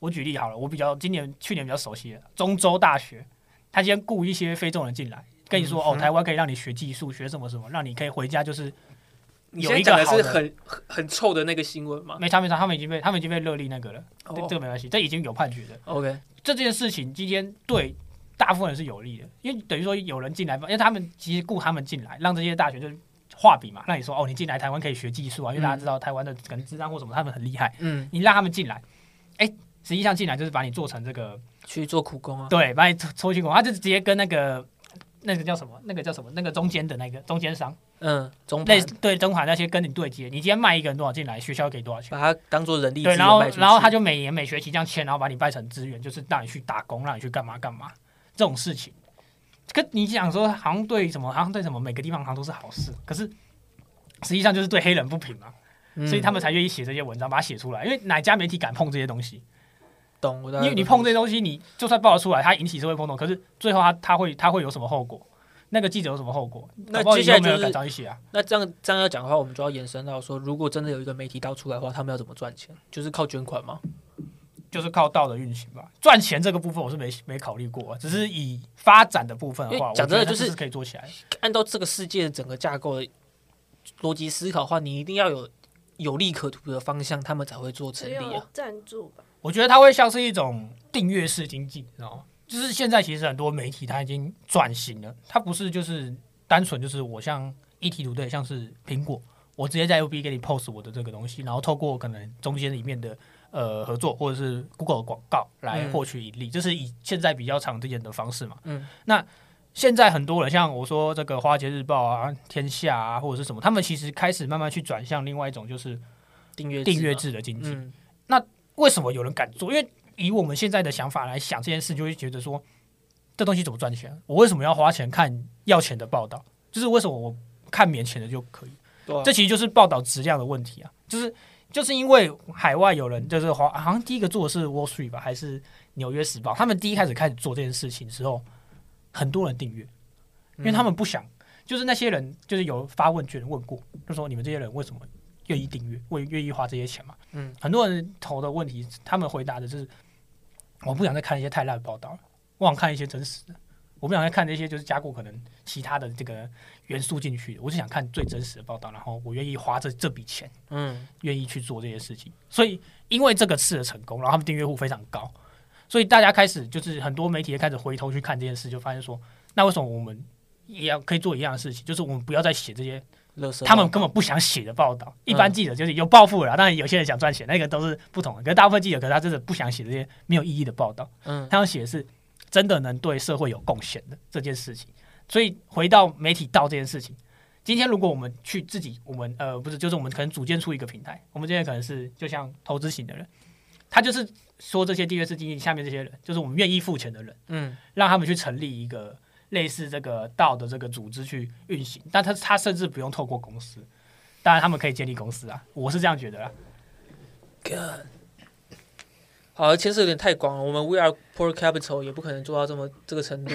我举例好了，我比较今年去年比较熟悉的中州大学，他今天雇一些非洲人进来，跟你说、嗯哦，台湾可以让你学技术，学什么什么，让你可以回家就是你有现在一个讲的好是的很很很臭的那个新闻吗没差没差，他们已经被他们已经被勒令那个了，这、哦这个没关系，这已经有判决的。 ？OK，这件事情今天对大部分人是有利的，因为等于说有人进来，因为他们其实雇他们进来，让这些大学就是画笔嘛，让你说哦，你进来台湾可以学技术啊，因为大家知道台湾的可能智商或什么，他们很厉害，嗯，你让他们进来，哎，实际上进来就是把你做成这个，去做苦工啊。对，把你抽抽去工，他就直接跟那个。那个叫什么？那个叫什么？那个中间的那个中间商，嗯，总类盘似对中盘那些跟你对接，你今天卖一个人多少进来，学校给多少钱？把它当做人力资对，源然后卖出去然后他就每年每学期这样签，然后把你拜成资源，就是让你去打工，让你去干嘛干嘛这种事情。跟你讲说，好像对什么，好像对什么，每个地方好像都是好事，可是实际上就是对黑人不平嘛，嗯所以他们才愿意写这些文章，把它写出来。因为哪家媒体敢碰这些东西？懂我的。因为你碰这些东西，你就算报得出来，它引起社会轰动，可是最后他他会他会有什么后果？那个记者有什么后果？那搞不好接下来以后没有人就是敢找你写啊。那这样这样要讲的话，我们就要延伸到说，如果真的有一个媒体倒出来的话，他们要怎么赚钱？就是靠捐款吗？就是靠道德运行吧。赚钱这个部分我是没没考虑过，只是以发展的部分的因为话，讲真的我觉就得是是可以做起来。按照这个世界的整个架构的逻辑思考的话，你一定要有有利可图的方向，他们才会做成只立有啊。赞助吧。我觉得它会像是一种订阅式经济，你知道吗？就是现在其实很多媒体它已经转型了，它不是就是单纯就是我像一体图对，像是苹果，我直接在 FB 给你 post 我的这个东西，然后透过可能中间里面的呃合作或者是 Google 的广告来嗯获取盈利，这是以现在比较常见的方式嘛。嗯，那现在很多人像我说这个《华尔街日报》啊、《天下》啊或者是什么，他们其实开始慢慢去转向另外一种就是订阅订阅嘛，制的经济。嗯，为什么有人敢做？因为以我们现在的想法来想这件事，就会觉得说，这东西怎么赚钱？我为什么要花钱看要钱的报道？就是为什么我看免钱的就可以？对啊这其实就是报道质量的问题啊！就是就是因为海外有人就是华，好像第一个做的是 Wall Street 吧，还是纽约时报？他们第一开始开始做这件事情之后，很多人订阅，因为他们不想，就是那些人就是有发问卷问过，就说你们这些人为什么愿意订阅，为愿意花这些钱嘛？嗯，很多人投的问题，他们回答的就是我不想再看一些太烂的报道了，我想看一些真实的。我不想再看那些就是加固可能其他的这个元素进去的，我就想看最真实的报道，然后我愿意花这这笔钱，嗯，愿意去做这些事情。所以因为这个次的成功，然后他们订阅户非常高，所以大家开始就是很多媒体也开始回头去看这件事，就发现说，那为什么我们也要可以做一样的事情，就是我们不要再写这些乐色他们根本不想写的报道。一般记者就是有抱负了啦，当然有些人想赚钱，那个都是不同的。可是大部分记者，可是他真的不想写这些没有意义的报道，嗯他要写的是真的能对社会有贡献的这件事情。所以回到媒体道这件事情，今天如果我们去自己，我们呃不是，就是我们可能组建出一个平台，我们今天可能是就像投资型的人，他就是说这些订阅式经济下面这些人，就是我们愿意付钱的人。嗯让他们去成立一个类似这个道的这个组织去运行，但他他甚至不用透过公司，当然他们可以建立公司啊，我是这样觉得啦。好，牵涉有点太广了。我们 We Are Poor Capital 也不可能做到这么这个程度。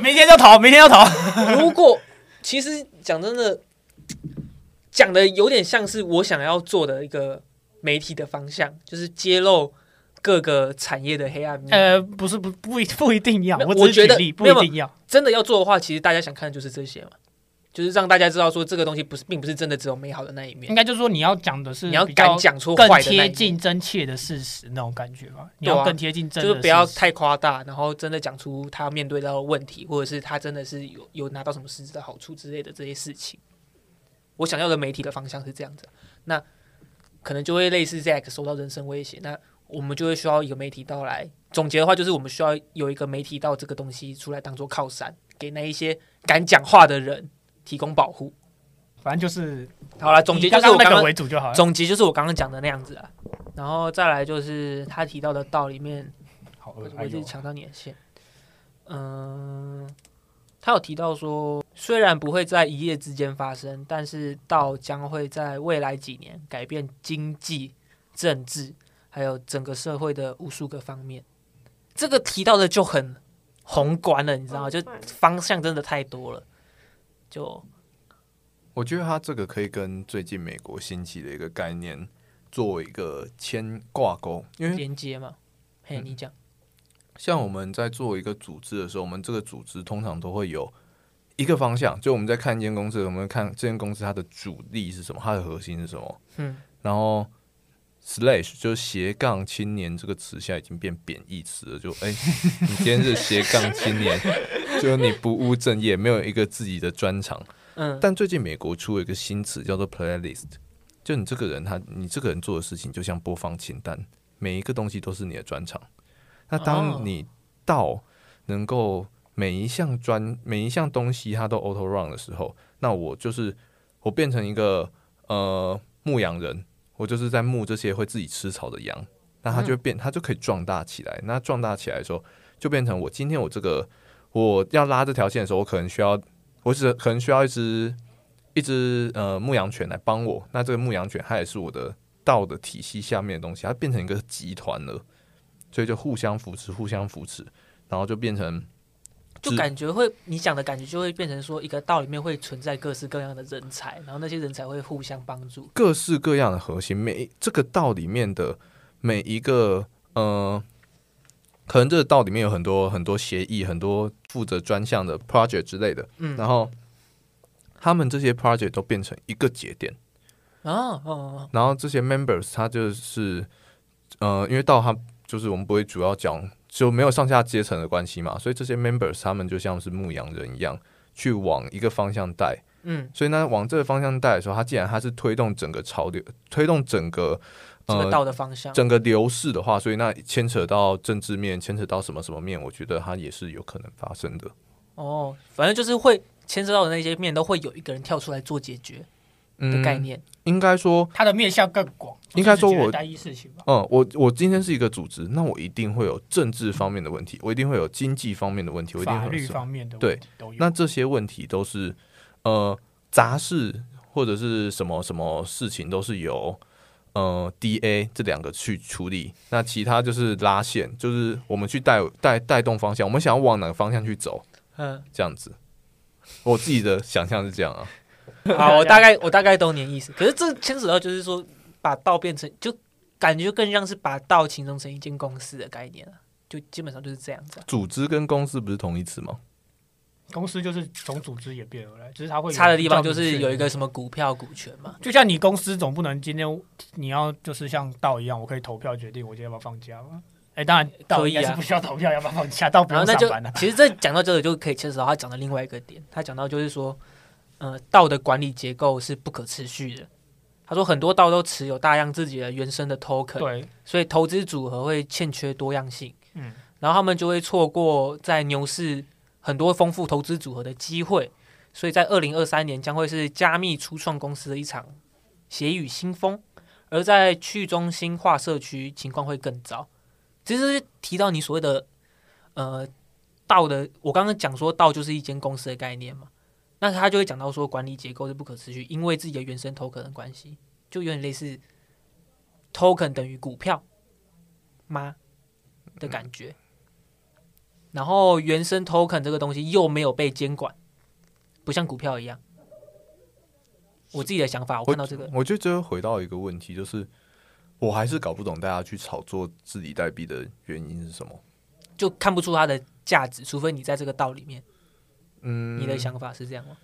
明天就投，明天就投。如果其实讲真的，讲的有点像是我想要做的一个媒体的方向，就是揭露各个产业的黑暗面。呃，不是不不一不一定要，没有我只是我觉得举例，不没一有定要。真的要做的话，其实大家想看的就是这些嘛，就是让大家知道说这个东西不是，并不是真的只有美好的那一面应，该就是说你要讲嗯的是你要比敢较讲出更坏的那贴一面近。真切的事实那种感觉吧。你对要啊更贴近真就的是事实，不要太夸大，然后真的讲出他面对到的问题，或者是他真的是有有拿到什么实质的好处之类的这些事情。我想要的媒体的方向是这样子，那可能就会类似 Zack 受到人身威胁，那我们就会需要一个媒体到来总结的话，就是我们需要有一个媒体到这个东西出来当做靠山，给那一些敢讲话的人提供保护。反正就是好了，啊总结以就刚是我刚那刚个刚为主就好了。啊总结就是我刚刚讲的那样子啊，然后再来就是他提到的道里面。好我恶我一哎呦啊直抢到你的线。嗯，他有提到说，虽然不会在一夜之间发生，但是道将会在未来几年改变经济、政治，还有整个社会的无数个方面。这个提到的就很宏观了，你知道吗？就宏观方向真的太多了。就我觉得它这个可以跟最近美国兴起的一个概念做一个牵挂钩，因为嗯连接嘛，嘿，你讲，像我们在做一个组织的时候，我们这个组织通常都会有一个方向，就我们在看一间公司，我们看这间公司它的主力是什么，它的核心是什么，嗯，然后 slash 就是斜杠青年这个词现在已经变贬义词了，就哎、你今天是斜杠青年， 就是你不务正业，没有一个自己的专长，嗯，但最近美国出了一个新词叫做 playlist，就你这个人他，你这个人做的事情就像播放清单，每一个东西都是你的专长。那哦当你到能够每一项专每一项东西它都 auto run 的时候，那我就是我变成一个呃牧羊人，我就是在牧这些会自己吃草的羊，那它就会变，它就可以壮大起来。那壮大起来的时候，就变成我今天我这个我要拉这条线的时候，我可能需要，我只可能需要一只一只呃牧羊犬来帮我。那这个牧羊犬它也是我的道的体系下面的东西，它变成一个集团了，所以就互相扶持，互相扶持，然后就变成就只感觉会，你讲的感觉就会变成说，一个道里面会存在各式各样的人才，然后那些人才会互相帮助。各式各样的核心，每这个道里面的每一个呃，可能这个道里面有很多很多协议，很多负责专项的 project 之类的，嗯然后他们这些 project 都变成一个节点，啊，哦哦，然后这些 members 他就是呃，因为道他就是我们不会主要讲，就没有上下阶层的关系嘛，所以这些 members 他们就像是牧羊人一样，去往一个方向带，嗯，所以呢，往这个方向带的时候，它既然它是推动整个潮流，推动整个这个呃道的方向，整个流逝的话，所以那牵扯到政治面，牵扯到什么什么面，我觉得它也是有可能发生的。哦，反正就是会牵涉到的那些面，都会有一个人跳出来做解决的概，念。嗯应该说，它的面向更广，应该说我不是只解决单一事情吧。嗯，我我今天是一个组织，那我一定会有政治方面的问题，我一定会有经济方面的问题，我一定法会有律什么方面的对问题都有。那这些问题都是呃杂事或者是什么什么事情都是由呃 DA 这两个去处理，那其他就是拉线，就是我们去带带带动方向，我们想要往哪个方向去走，嗯，这样子。我自己的想象是这样啊，嗯好，我大 概我大概懂你的意思。可是这牵扯到就是说，把道变成就感觉更像是把道形容成一间公司的概念了，就基本上就是这样子啊、组织跟公司不是同义词吗？公司就是从组织演变而来，只是它会有差的地方就比较是明确有一个，什么股票股权嘛，啊就像你公司总不能今天你要就是像道一样，我可以投票决定我今天要不要放假吗？哎，当然道可以应啊该是不需要投票要不要 放假，道不然后用那上就班啊的。其实这讲到这里就可以牵扯到他讲的另外一个点，他讲到就是说，呃，道的管理结构是不可持续的。他说很多道都持有大量自己的原生的 token，对，所以投资组合会欠缺多样性，嗯，然后他们就会错过在牛市很多丰富投资组合的机会，所以在二零二三年将会是加密初创公司的一场血雨腥风，而在去中心化社区情况会更糟。其实提到你所谓的呃道的，我刚刚讲说道就是一间公司的概念嘛，那他就会讲到说，管理结构是不可持续，因为自己的原生 token 的关系，就有点类似 token 等于股票吗的感觉。然后原生 token 这个东西又没有被监管，不像股票一样。我自己的想法，我看到这个，我觉得这回到一个问题，就是我还是搞不懂大家去炒作治理代币的原因是什么。就看不出它的价值，除非你在这个道里面。嗯，你的想法是这样吗？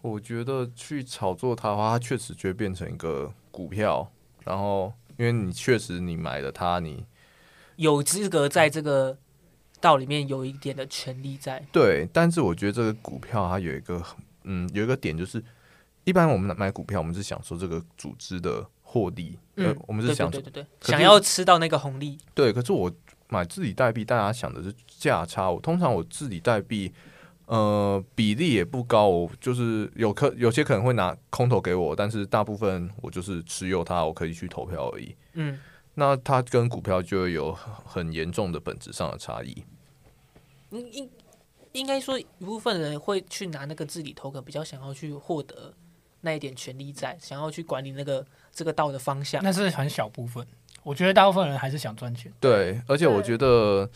我觉得去炒作它的话，它确实就会变成一个股票，然后因为你确实你买了它，你有资格在这个道里面有一点的权利在，对，但是我觉得这个股票它有一个很嗯有一个点就是，一般我们买股票，我们是想说这个组织的获利，嗯呃，我们是对想对对对对，可是想要吃到那个红利，对，可是我买治理代币，大家想的是价差。我通常我治理代币，呃，比例也不高，我就是有可有些可能会拿空投给我，但是大部分我就是持有它，我可以去投票而已。嗯，那它跟股票就会有很很严重的本质上的差异。应应应该说一部分人会去拿那个治理 token，比较想要去获得那一点权利在，想要去管理那个这个道的方向。那是很小部分。我觉得大部分人还是想赚钱。对，而且我对觉得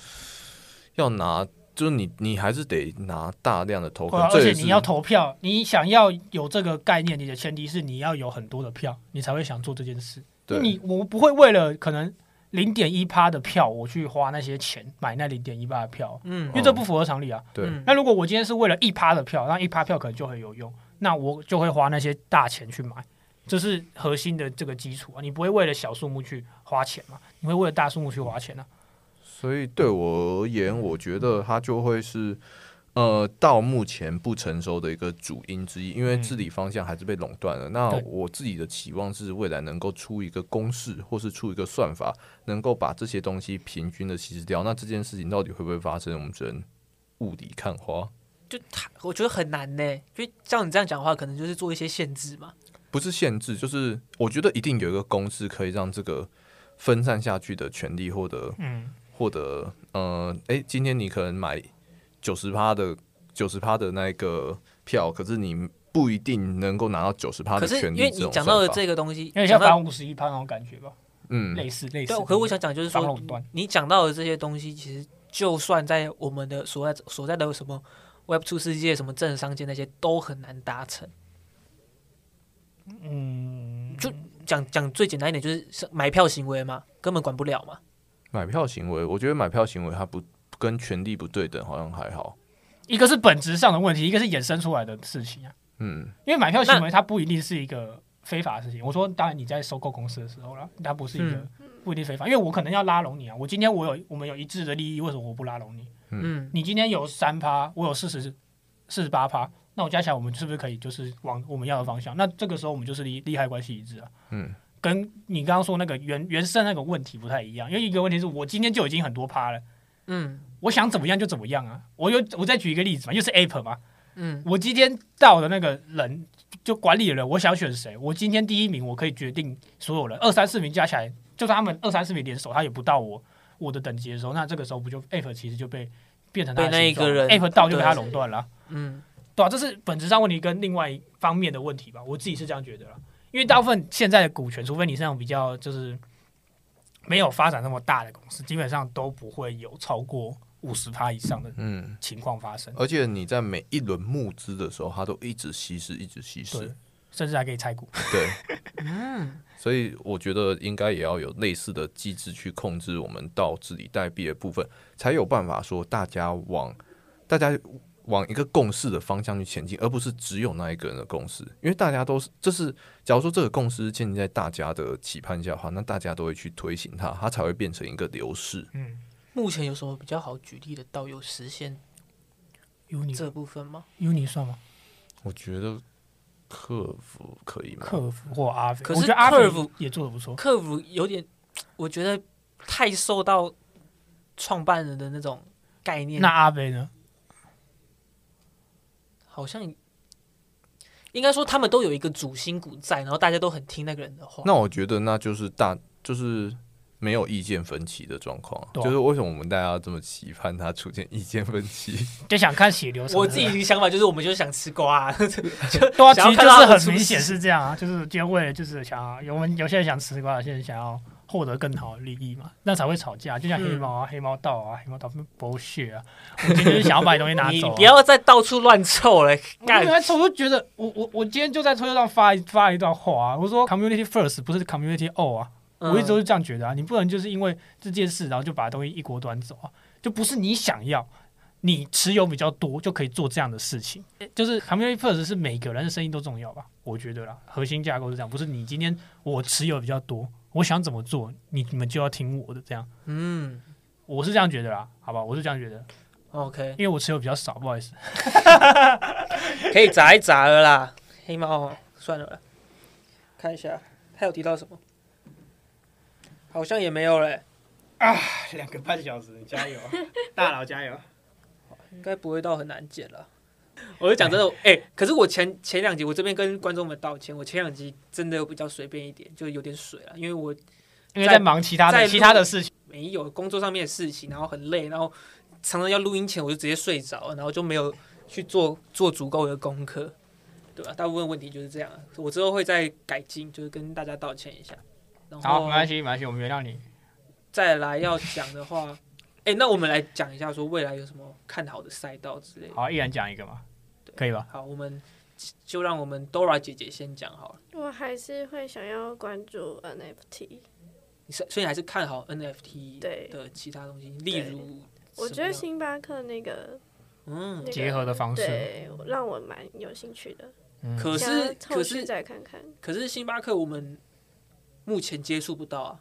要拿，就是你你还是得拿大量的投对啊票，，而这且也是你要投票，你想要有这个概念，你的前提是你要有很多的票，你才会想做这件事。对你我不会为了可能零点一趴的票，我去花那些钱买那零点一趴的票，嗯因为这不符合常理啊。对嗯那如果我今天是为了一趴的票，那一趴票可能就很有用，那我就会花那些大钱去买，这是核心的这个基础啊。你不会为了小数目去花钱嘛？你会为了大数目去花钱啊？所嗯以对我而言，我觉得它就会是呃到目前不成熟的一个主因之一，因为嗯治理方向还是被垄断了。那对我自己的期望是未来能够出一个公式，或是出一个算法，能够把这些东西平均的稀释掉。那这件事情到底会不会发生，我们只能雾里看花。就他，我觉得很难呢，因为照你这样讲的话，可能就是做一些限制嘛。不是限制，就是我觉得一定有一个公式可以让这个分散下去的权利获得嗯，获得，呃，诶，今天你可能买九十趴的九十趴的那个票，可是你不一定能够拿到九十可趴的是因啊权利。为你讲到的，这个东西，有点讲像到反五十一趴那种感觉吧，嗯，类似类似。对，可是我想讲就是防说垄断，你讲到的这些东西，其实就算在我们的所在所在的什么 Web Two 世界、什么政商界那些，都很难达成。嗯，就讲讲最简单一点，就是是买票行为嘛，根本管不了嘛。买票行为，我觉得买票行为它不跟权利不对等，好像还好。一个是本质上的问题，一个是衍生出来的事情啊。嗯，因为买票行为它不一定是一个非法的事情。我说，当然你在收购公司的时候啦，它不是一个嗯不一定非法，因为我可能要拉拢你啊。我今天我有我们有一致的利益，为什么我不拉拢你？嗯，你今天有三趴，我有四十四十八趴，那我加起来我们是不是可以就是往我们要的方向？那这个时候我们就是利利害关系一致啊。嗯，跟你刚刚说那个原原生那个问题不太一样，因为一个问题是我今天就已经很多趴了。嗯我想怎么样就怎么样啊！我有我再举一个例子嘛，又是 App 嘛，嗯我今天到的那个人就管理人，我想选谁，我今天第一名，我可以决定所有人，二三四名加起来，就算他们二三四名联手，他也不到我我的等级的时候，那这个时候不就 App 其实就被变成他的被那形状一个人 App 到就被他垄断了啊，嗯，对啊，这是本质上问题跟另外一方面的问题吧，我自己是这样觉得啦。因为大部分现在的股权，除非你是那种比较就是没有发展那么大的公司，基本上都不会有超过五十趴以上的嗯，情况发生，而且你在每一轮募资的时候，它都一直稀释，一直稀释。对甚至还可以拆股。对，所以我觉得应该也要有类似的机制去控制我们到治理代币的部分，才有办法说大家往大家往一个共识的方向去前进，而不是只有那一个人的共识。因为大家都是，这是假如说这个共识是建立在大家的期盼下的话，那大家都会去推行它，它才会变成一个流逝。嗯 目前有什么比较好举例的道有实现，Uni 这部分吗？ Uni 算吗？我觉得客服可以吗？客服或阿飞，可是我觉得阿飞 Curve 也做的不错。客服有点，我觉得太受到创办人的那种概念那，阿飞呢？好像应该说他们都哦有一个主心骨在，然后大家都很听那个人的话。那我觉得那就是大就是没有意见分歧的状况啊，对啊就是为什么我们大家这么期盼它出现意见分歧？ 就想看血流成河。我自己的想法就是，我们就是想吃瓜、对啊，其想要实看就是到他们很出明显事是这样啊，就是今天为了就是想要有们有些人想吃瓜，有些人想要获得更好的利益嘛，那才会吵架。就像黑嗯猫啊、黑猫道啊、黑猫道 bullshit 啊，我今天就是想要把你东西拿 你走、啊。不要再到处乱凑了，因干为他从就觉得我我我今天就在推特上发一发一段话、啊，我说 community first 不是 community all 啊，我一直都嗯是这样觉得啊，你不能就是因为这件事然后就把东西一锅端走啊，就不是你想要，你持有比较多就可以做这样的事情，呃就是 community first 是每个人的声音都重要吧，我觉得啦，核心架构是这样，不是你今天我持有比较多，我想怎么做，你你们就要听我的这样，嗯我是这样觉得啦，好吧，我是这样觉得， ，OK，因为我持有比较少，不好意思，可以砸一砸了啦。黑猫算了啦，看一下他有提到什么，好像也没有嘞、 两个半小时，加油， 大佬加油！应该不会到很难剪了。我就讲真的，哎、可是我前前两集我这边跟观众们道歉，我前两集真的比较随便一点，就有点水了，因为我因为在忙其他在的录其他的事情。没有工作上面的事情，然后很累，然后常常要录音前我就直接睡着，然后就没有去做做足够的功课，对吧？大部分问题就是这样，我之后会再改进，就是跟大家道歉一下。然好，没后关系，没关系，我们原谅你。再来要讲的话，哎、那我们来讲一下说未来有什么看好的赛道之类的。好，一人讲一个嘛，可以吧？好，我们就让我们 Dora 姐姐先讲好了。我还是会想要关注 NFT。你是所以你还是看好 NFT 对的其他东西，例如我觉得什么星巴克那个样那个嗯，结合的方式对，让我蛮有兴趣的。嗯可想要是后可续是再看看。可是星巴克我们目前接触不到啊，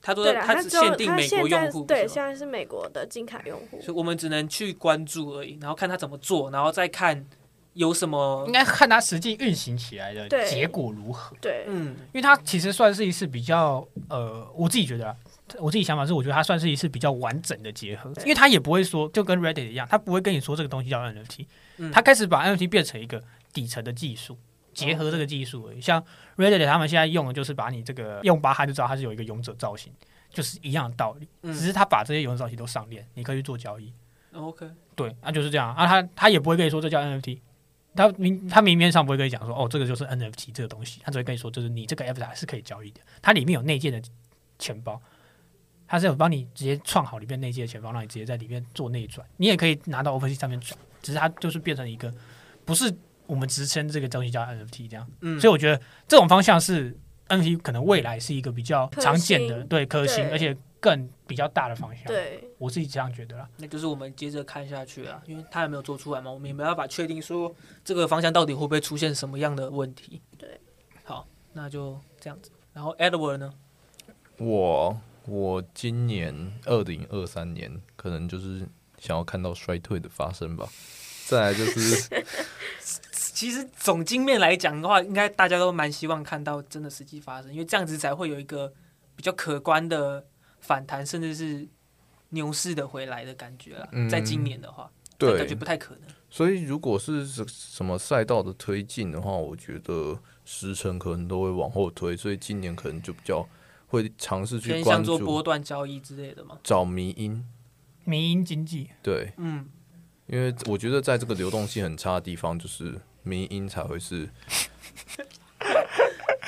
它都对在啦，它它只只有限定它美国现在用户，对，是吗现在是美国的金卡用户。所以我们只能去关注而已，然后看它怎么做，然后再看有什么应该看它实际运行起来的对结果如何，对，嗯因为它其实算是一次比较呃，我自己觉得、啊。我自己想法是，我觉得它算是一次比较完整的结合，对因为它也不会说就跟 Reddit 一样，它不会跟你说这个东西叫 NFT，嗯它开始把 NFT 变成一个底层的技术，结合这个技术而已。像 Reddit 他们现在用的就是把你这个用巴哈就知道它是有一个勇者造型，就是一样的道理，嗯只是它把这些勇者造型都上链，你可以去做交易。 ，OK，对，那、就是这样啊。他他也不会跟你说这叫 NFT，他明他明面上不会跟你讲说哦，这个就是 NFT 这个东西，他只会跟你说就是你这个 F 是可以交易的，它里面有内建的钱包，它是有帮你直接创好里面内建的钱包，让你直接在里面做内转，你也可以拿到 OpenSea 上面转，只是它就是变成一个不是我们直称这个东西叫 NFT 这样，嗯，所以我觉得这种方向是 NFT 可能未来是一个比较常见可的行对可行，对而且更比较大的方 向。对，我自己这样觉得啦。那就是我们接着看下去啊，因为它还没有做出来嘛，我们也没办法确定说这个方向到底会不会出现什么样的问题。对，好，那就这样子。然后 Edward 呢？我我今年二零二三年可能就是想要看到衰退的发生吧。再来就是 其实总经面来讲的话，应该大家都蛮希望看到真的实际发生，因为这样子才会有一个比较可观的反弹，甚至是牛市的回来的感觉啦。嗯在今年的话，但感觉对，不太可能。所以如果是什什么赛道的推进的话，我觉得时程可能都会往后推，所以今年可能就比较会尝试去偏关向做注波段交易之类的嘛。找迷因。民营经济，对，嗯，因为我觉得在这个流动性很差的地方，就是迷因才会是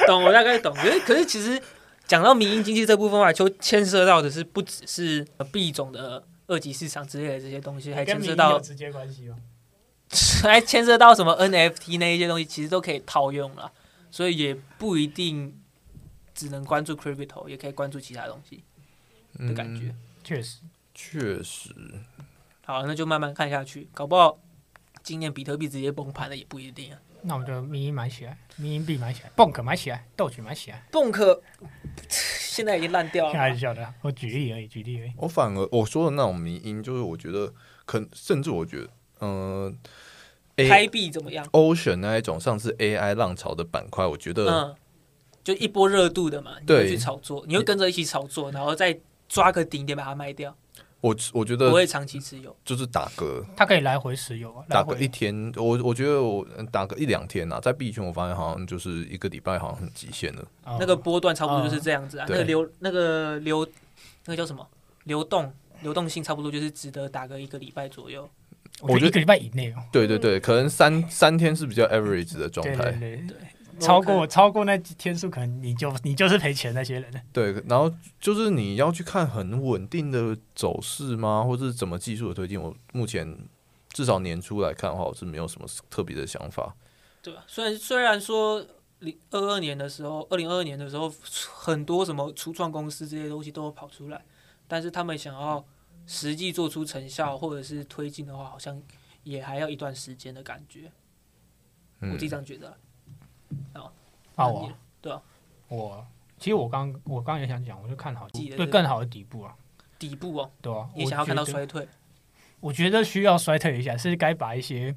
懂，我大概懂。可是，可是其实讲到民营经济这部分啊，就牵涉到的是不只是呃币种的二级市场之类的这些东西，还跟牵民涉意到有直接关系吗？ 还牵涉到什么 NFT 那一些东西，其实都可以套用了，所以也不一定只能关注 crypto，也可以关注其他东西的感觉。嗯确实。确实，好，那就慢慢看下去，搞不好今年比特币直接崩盘了也不一定啊。那我们就民营买起来，民营币买起来，Bonk 买起来，豆曲买起来，蹦可现在已经烂掉开玩哎了，笑的啊，我举例而已，举例而已。我反而我说的那种迷因，就是我觉得可甚至我觉得，嗯、呃开，A 币怎么样？ Ocean 那一种上次 AI 浪潮的板块，我觉得嗯，就一波热度的嘛，你对会去炒作，你会跟着一起炒作，然后再抓个顶点把它卖掉。我我觉不得会长期持有。就是打个它可以来回使用啊，来打个回一天，我我觉得我打个一两天啊，在币圈我发现好像就是一个礼拜好像很极限了。哦那个波段差不多就是这样子啊，嗯那个对流那个流那个叫什么流动流动性差不多就是值得打个一个礼拜左右。我我觉得觉得一个礼拜以内哦，对对对，可能三三天是比较 average 的状对对态。对。嗯我超可过超过那几天数，可能你就你就是赔钱那些人了。对，然后就是你要去看很稳定的走势吗，或是怎么技术的推进？我目前至少年初来看的话，我是没有什么特别的想法。对吧？虽然虽然说零二二年的时候，二零二二年的时候，很多什么初创公司这些东西都有跑出来，但是他们想要实际做出成效或者是推进的话，好像也还要一段时间的感觉。我嗯自己这样觉得啊。啊，那我你对啊，我其实我刚我刚也想讲，我就看好记得对这更好的底部啊，底部哦，对啊，也想要看到我觉得衰退。我觉得需要衰退一下，是该把一些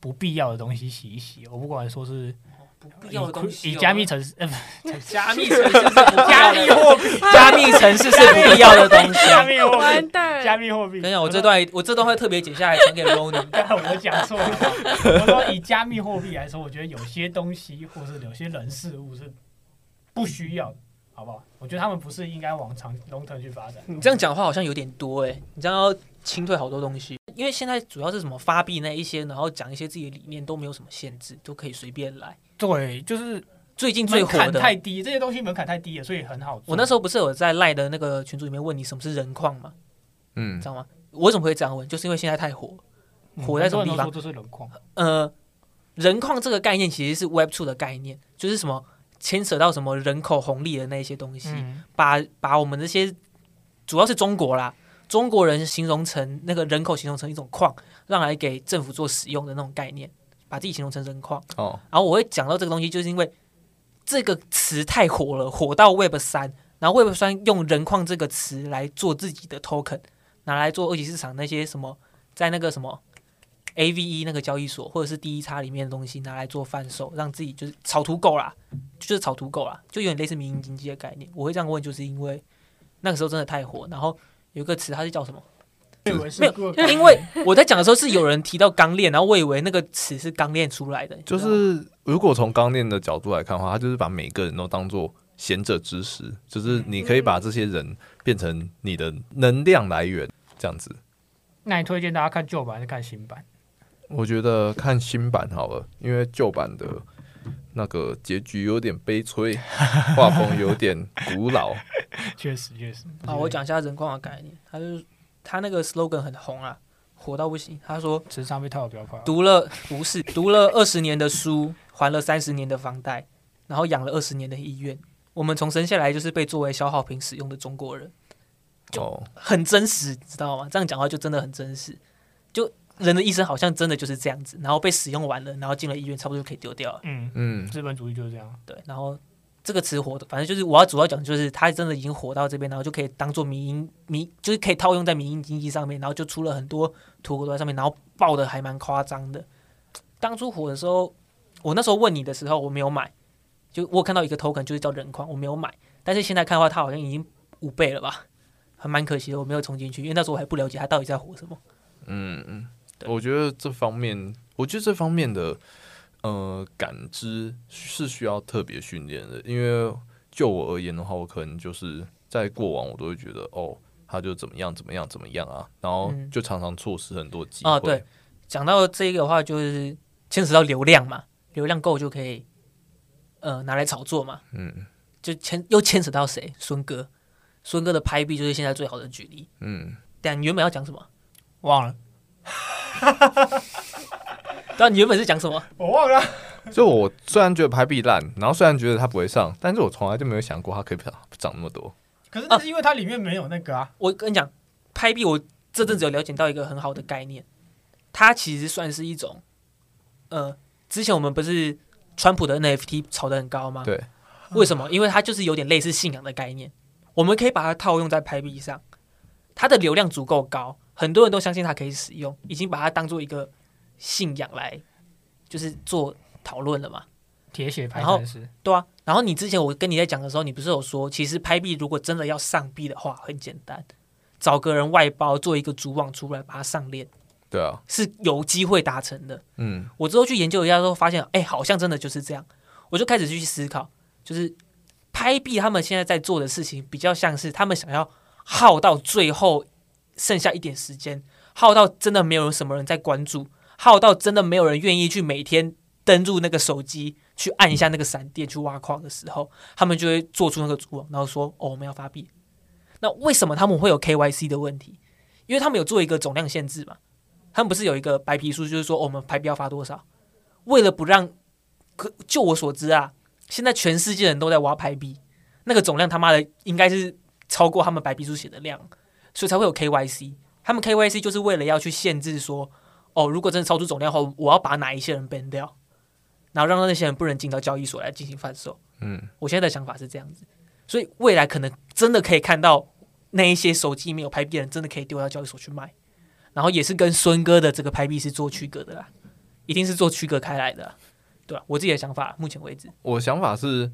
不必要的东西洗一洗。我不管说是哦不必以要的东西哦、以加密城市，呃，不 加密城市是 不加加密哦密货 加密城市是不必要的 东西。加密货币完蛋，加密货币。等一下，我这段我这段会特别剪下来传给 Ronin。 刚才我讲错了，我说以加密货币来说，我觉得有些东西或是有些人事物是不需要的，好不好？我觉得他们不是应该往长龙腾去发展。你这样讲的话好像有点多哎、你这样要清退好多东西，因为现在主要是什么发币那一些，然后讲一些自己的理念都没有什么限制，都可以随便来。对，就是最近最门火槛的，太低，这些东西门槛太低了，所以很好做。我那时候不是有在赖的那个群组里面问你什么是人矿吗？嗯你知，道吗？我为什么会这样问？就是因为现在太火。嗯火在什么地很多人都说方这是轮框，呃，人矿这个概念其实是 Web Two 的概念，就是什么牵扯到什么人口红利的那一些东西，嗯，把把我们这些主要是中国啦，中国人形容成那个人口形容成一种矿，让来给政府做使用的那种概念，把自己形容成人矿。哦，然后我会讲到这个东西，就是因为这个词太火了，火到 Web 三，然后 Web 三用人矿这个词来做自己的 token，拿来做二级市场那些什么，在那个什么 AVE 那个交易所或者是第一叉里面的东西拿来做贩售，让自己就是炒土狗啦，就是炒土狗啦，就有点类似民营经济的概念。我会这样问，就是因为那个时候真的太火，然后有一个词它是叫什么？我以为是没有过因为我在讲的时候是有人提到钢链，然后我以为那个词是钢链出来的，你知就道吗是如果从刚练的角度来看的话，他就是把每个人都当做贤者之石，就是你可以把这些人变成你的能量来源，这样子。那你推荐大家看旧版还是看新版？我觉得看新版好了，因为旧版的那个结局有点 悲催，画风有点古老。确实，确实。好，我讲一下人矿的概念，他就是他那个 slogan 很红啊，火到不行。他说智商被套的比较快。读了不是读了二十年的书，还了三十年的房贷，然后养了二十年的医院。我们从生下来就是被作为消耗品使用的中国人，哦，很真实，知道吗？这样讲话就真的很真实，就人的一生好像真的就是这样子，然后被使用完了，然后进了医院，差不多就可以丢掉了。嗯，嗯，资本主义就是这样。对，然后这个词火的，反正就是我要主要讲就是它真的已经火到这边，然后就可以当做民营民，就是可以套用在民营经济上面，然后就出了很多图狗都在上面，然后爆的还蛮夸张的。当初火的时候，我那时候问你的时候，我没有买，就我有看到一个 token 就是叫人矿，我没有买，但是现在看的话，它好像已经五倍了吧，还蛮可惜的，我没有冲进去，因为那时候我还不了解它到底在火什么。对我觉得这方面，我觉得这方面的呃感知是需要特别训练的，因为就我而言的话，我可能就是在过往我都会觉得哦，他就怎么样怎么样怎么样啊，然后嗯就常常错失很多机会。啊，对，讲到这个的话，就是牵扯到流量嘛，流量够就可以呃拿来炒作嘛，嗯就牵又牵扯到谁？孙哥，孙哥的拍币就是现在最好的举例。嗯，但你原本要讲什么？忘了，但你原本是讲什么？我忘了。就我虽然觉得排比烂，然后虽然觉得他不会上，但是我从来就没有想过他可以涨涨那么多。可是那是因为它里面没有那个啊。我跟你讲，拍币我这阵子有了解到一个很好的概念，它其实算是一种，呃，之前我们不是川普的 NFT 炒得很高吗？对，为什么？因为它就是有点类似信仰的概念，我们可以把它套用在拍币上，它的流量足够高，很多人都相信它可以使用，已经把它当做一个信仰来，就是做讨论了嘛。铁血排然后城市，对啊，然后你之前我跟你在讲的时候，你不是有说，其实拍币如果真的要上币的话，很简单，找个人外包做一个主网出来，把它上链对啊，是有机会达成的。嗯，我之后去研究一下之后，发现哎、好像真的就是这样。我就开始去思考，就是拍币他们现在在做的事情，比较像是他们想要耗到最后剩下一点时间，耗到真的没有什么人在关注，耗到真的没有人愿意去每天登入那个手机去按一下那个闪电去挖矿的时候，他们就会做出那个主网，然后说哦我们要发币。那为什么他们会有 KYC 的问题？因为他们有做一个总量限制嘛。他们不是有一个白皮书，就是说、哦我们排币要发多少？为了不让，可就我所知啊，现在全世界人都在挖排币，那个总量他妈的应该是超过他们白皮书写的量，所以才会有 KYC。他们 KYC 就是为了要去限制说，哦，如果真的超出总量后，我要把哪一些人 ban 掉，然后让那些人不能进到交易所来进行贩售。嗯，我现在的想法是这样子，所以未来可能真的可以看到那一些手机没有拍币的人，真的可以丢到交易所去卖。然后也是跟孙哥的这个拍币是做区隔的啦，一定是做区隔开来的啦，对吧、我自己的想法，目前为止，我想法是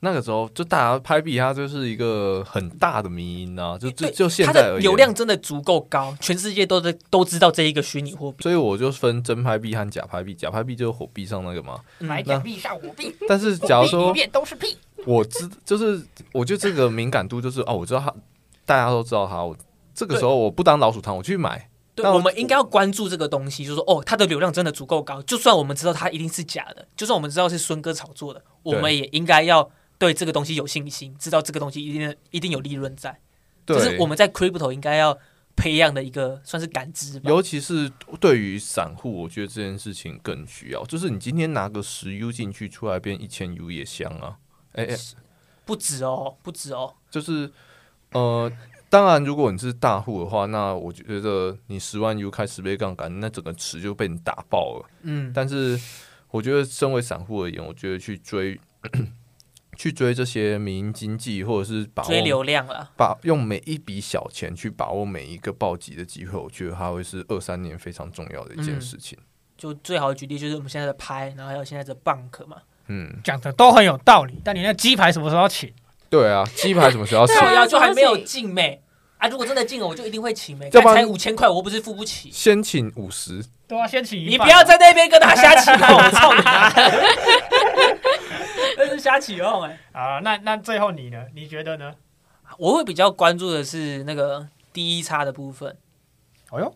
那个时候就大家拍币，它就是一个很大的迷因啊，就就对就现它在的而流言。量真的足够高，全世界都在都知道这一个虚拟货币。所以我就分真拍币和假拍币，假拍币就是火币上那个嘛。买假币上我嗯币，但是假如我币里说面都是屁。我知，就是我觉得这个敏感度就是哦，我知道它，大家都知道它。我这个时候我不当老鼠仓，我去买，对，那我我们应该要关注这个东西，就是说哦，它的流量真的足够高，就算我们知道它一定是假的，就算我们知道是孙哥炒作的，我对们也应该要对这个东西有信心，知道这个东西一定一定有利润在，对，这是我们在 crypto 应该要培养的一个算是感知吧。尤其是对于散户，我觉得这件事情更需要。就是你今天拿个十 U 进去，出来变一千 U 也香啊！哎、哎，不止哦，不止哦，就是呃，当然，如果你是大户的话，那我觉得你十万 U 开十倍杠杆，那整个池就被你打爆了。嗯，但是我觉得，身为散户而言，我觉得去追 去追这些民营经济，或者是把握追流量了。把用每一笔小钱去把握每一个暴击的机会，我觉得它会是二三年非常重要的一件嗯事情。就最好的举例就是我们现在的拍，然后还有现在的 bank 嘛，嗯，讲的都很有道理，但你那鸡排什么时候要请？对啊，鸡排什么时候要吃对？啊啊，就还没有进妹啊！如果真的进了，我就一定会请妹，要不然才五千块，我又不是付不起。先请五十，都要先请一半啊你不要在那边跟他瞎起哄， 我操你妈！那是瞎起哄哎、啊！那那最后你呢？你觉得呢？我会比较关注的是那个第一差的部分，哎呦，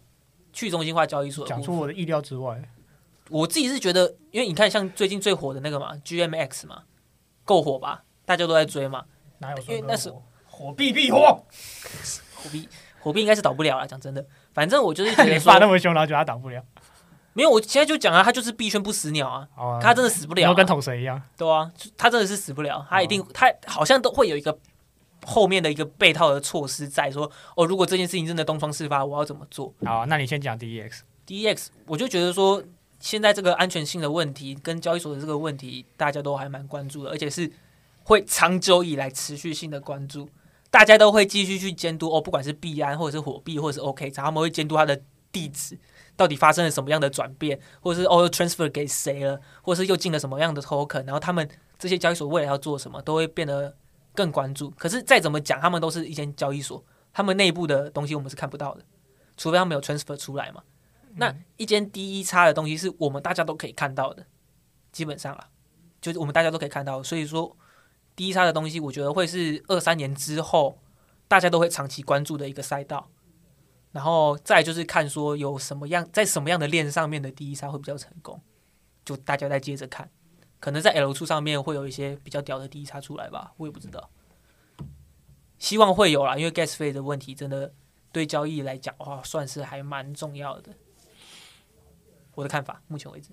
去中心化交易所的讲部出分。我的意料之外。我自己是觉得，因为你看，像最近最火的那个嘛，GMX 嘛，够火吧？大家都在追嘛，哪有因为说那是火必必火，火币火币应该是倒不了了。讲真的，反正我就是觉 你得发那说，么凶，然后觉得他挡不了，没有，我现在就讲啊，他就是币圈不死鸟啊，嗯好啊，他真的死不了、要啊。跟桶神一样，对啊，就他真的是死不了，他一定、他好像都会有一个后面的一个被套的措施在说，哦，如果这件事情真的东窗事发，我要怎么做好，啊那你先讲 DEX， ？DEX，我就觉得说，现在这个安全性的问题跟交易所的这个问题，大家都还蛮关注的，而且是会长久以来持续性的关注，大家都会继续去监督哦，不管是币安或者是火币或者是 OK，他们会监督它的地址到底发生了什么样的转变，或者是哦又 transfer 给谁了，或者是又进了什么样的 token，然后他们这些交易所未来要做什么，都会变得更关注。可是再怎么讲，他们都是一间交易所，他们内部的东西我们是看不到的，除非他们有 transfer 出来嘛。那一间第一差的东西是我们大家都可以看到的，基本上啊，就是我们大家都可以看到，所以说第一差的东西，我觉得会是二三年之后大家都会长期关注的一个赛道。然后再来就是看说有什么样在什么样的链上面的第一差会比较成功，就大家再接着看，可能在 L 处上面会有一些比较屌的第一差出来吧，我也不知道，希望会有啦，因为 gas 费的问题真的对交易来讲的话，算是还蛮重要的。我的看法，目前为止，